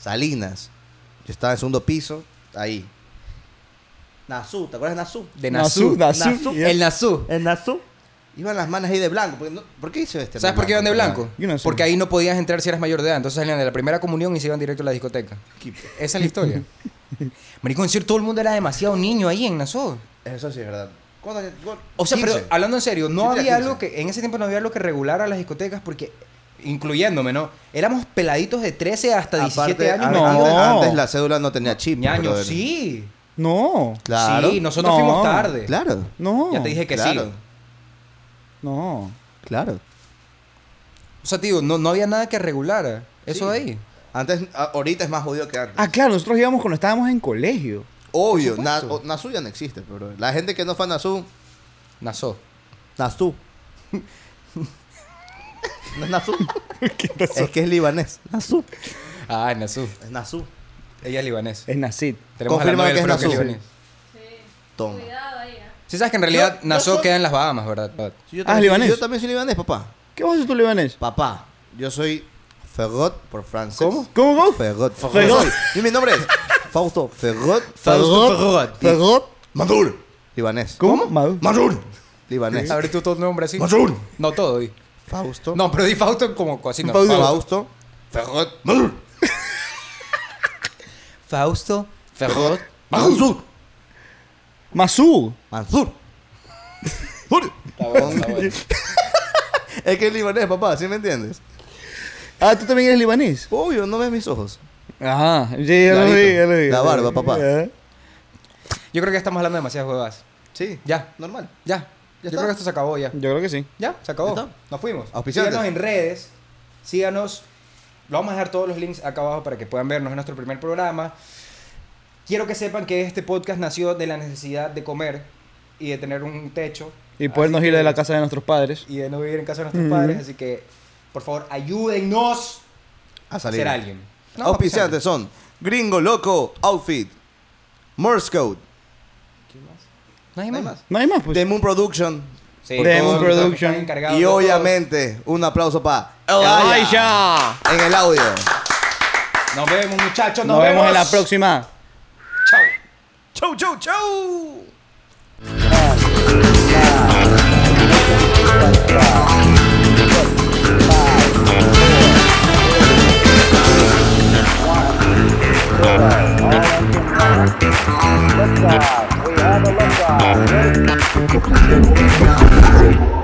Speaker 1: Salinas. Yo estaba en segundo piso, ahí. Nazú, ¿te acuerdas de Nazú?
Speaker 2: De
Speaker 3: Nazú,
Speaker 2: Nazú.
Speaker 3: Nazú,
Speaker 1: Nazú.
Speaker 3: ya.
Speaker 2: El Nazú.
Speaker 1: En Nazú. Iban las manos ahí de blanco. porque no- ¿Por qué hizo este?
Speaker 2: ¿Sabes por qué iban de blanco?
Speaker 3: Yo no sé.
Speaker 2: Porque ahí no podías entrar si eras mayor de edad. Entonces salían de la primera comunión y se iban directo a la discoteca. Esa es la historia. Maricón, decir, todo el mundo era demasiado niño ahí en Nazú.
Speaker 1: Eso sí es verdad. ¿Cuántos años- cu-
Speaker 2: O sea,
Speaker 1: 15?
Speaker 2: pero hablando en serio,
Speaker 1: Yo
Speaker 2: no
Speaker 1: tenía
Speaker 2: había
Speaker 1: 15.
Speaker 2: algo que. En ese tiempo no había algo que regulara las discotecas porque. Incluyéndome, ¿no? Éramos peladitos de 13 hasta 17 años.
Speaker 1: Aparte, an-
Speaker 3: No.
Speaker 1: Antes, antes la cédula no tenía chip.
Speaker 2: Ñaño,
Speaker 1: brother.
Speaker 2: sí.
Speaker 3: No,
Speaker 1: Claro.
Speaker 2: Sí, nosotros
Speaker 3: No.
Speaker 2: fuimos tarde.
Speaker 1: Claro.
Speaker 3: no.
Speaker 2: Ya te dije que
Speaker 1: claro,
Speaker 2: sí.
Speaker 3: No.
Speaker 1: Claro.
Speaker 2: O sea, tío, no, no había nada que regulara. Eso
Speaker 1: Sí.
Speaker 2: ahí.
Speaker 1: Antes, a- ahorita es más jodido que antes.
Speaker 3: Ah, claro, nosotros íbamos cuando estábamos en colegio.
Speaker 1: Obvio,
Speaker 2: por
Speaker 1: na,
Speaker 2: supuesto.
Speaker 1: o- Nasu ya no existe, pero la gente que no fue a Nasu,
Speaker 2: Nazó.
Speaker 1: Nasu. no es Nasu. es que es libanés. Nasu.
Speaker 2: Ah, Nazú.
Speaker 1: Es Nasu.
Speaker 2: Ella es libanés.
Speaker 3: Es Nacid.
Speaker 2: Tenemos a la
Speaker 1: Confirma
Speaker 2: novia
Speaker 1: que
Speaker 2: del
Speaker 1: es
Speaker 2: Franco
Speaker 1: Nazú.
Speaker 2: libanés.
Speaker 6: Sí.
Speaker 1: Toma.
Speaker 6: Cuidado ahí. ah.
Speaker 2: Sí, sabes que en realidad
Speaker 1: Yo-
Speaker 2: Nassau
Speaker 1: yo soy-
Speaker 2: queda en las Bahamas, ¿verdad? Pat?
Speaker 1: Sí, yo
Speaker 3: Ah, es libanés.
Speaker 1: Yo también soy libanés, papá.
Speaker 3: ¿Qué vas a hacer tú, libanés?
Speaker 1: Papá, yo soy Fergot por francés. ¿Cómo?
Speaker 3: ¿Cómo, cómo?
Speaker 1: Fergot.
Speaker 3: Fergot.
Speaker 1: Soy- Y mi nombre es Fausto Fergot.
Speaker 2: Fausto Fergot.
Speaker 1: Fergot. Mandur. Libanés.
Speaker 3: ¿Cómo? Madu-
Speaker 1: Mandur. Libanés.
Speaker 2: A ver tú todo nombre así.
Speaker 1: Mazur.
Speaker 2: No todo, di.
Speaker 1: Fausto.
Speaker 2: No, pero di Fausto como así no.
Speaker 1: Fausto.
Speaker 2: Fausto.
Speaker 1: Fausto. Fergot. Mandur.
Speaker 2: Fausto Ferrot.
Speaker 1: Mansur.
Speaker 3: Masú.
Speaker 1: Mansur. Mansur. Es que es libanés, papá, ¿sí me entiendes?
Speaker 3: Ah, tú también eres libanés.
Speaker 1: Obvio, no ves mis ojos.
Speaker 3: Ajá. Sí, ya lo
Speaker 1: Clarito.
Speaker 3: vi, ya lo vi.
Speaker 1: La barba, papá.
Speaker 3: Ya.
Speaker 2: Yo creo que estamos hablando de demasiadas huevas.
Speaker 1: Sí.
Speaker 2: Ya,
Speaker 1: Normal.
Speaker 2: ya. Yo
Speaker 1: está.
Speaker 2: creo que esto se acabó ya.
Speaker 3: Yo creo que sí.
Speaker 2: Ya, se acabó.
Speaker 1: Ya está.
Speaker 2: Nos fuimos.
Speaker 1: Auspiciantes.
Speaker 2: Síganos en redes. Síganos. Lo vamos a dejar todos los links acá abajo para que puedan vernos en nuestro primer programa. Quiero que sepan que este podcast nació de la necesidad de comer y de tener un techo.
Speaker 3: Y podernos
Speaker 2: Así
Speaker 3: ir de
Speaker 2: que-
Speaker 3: la casa de nuestros padres.
Speaker 2: y de no vivir en casa de nuestros
Speaker 3: Ujú.
Speaker 2: padres. Así que, por favor, ayúdennos
Speaker 1: A
Speaker 2: a
Speaker 1: salir.
Speaker 2: ser alguien. No,
Speaker 1: Auspiciantes son Gringo Loco Outfit, Morse Code,
Speaker 2: Nadie
Speaker 1: ¿no hay
Speaker 2: más.
Speaker 1: más?
Speaker 3: No hay más, pues.
Speaker 1: The Moon Production
Speaker 2: Sí,
Speaker 3: Por Demon
Speaker 2: todos los que están
Speaker 3: Production.
Speaker 2: encargados,
Speaker 1: y
Speaker 2: no todos.
Speaker 1: obviamente un aplauso para Elaya en el audio.
Speaker 2: Nos vemos, muchachos.
Speaker 3: Nos vemos en la próxima.
Speaker 2: Chao.
Speaker 1: Chau, chau, chau.
Speaker 7: liftoff. We have a liftoff.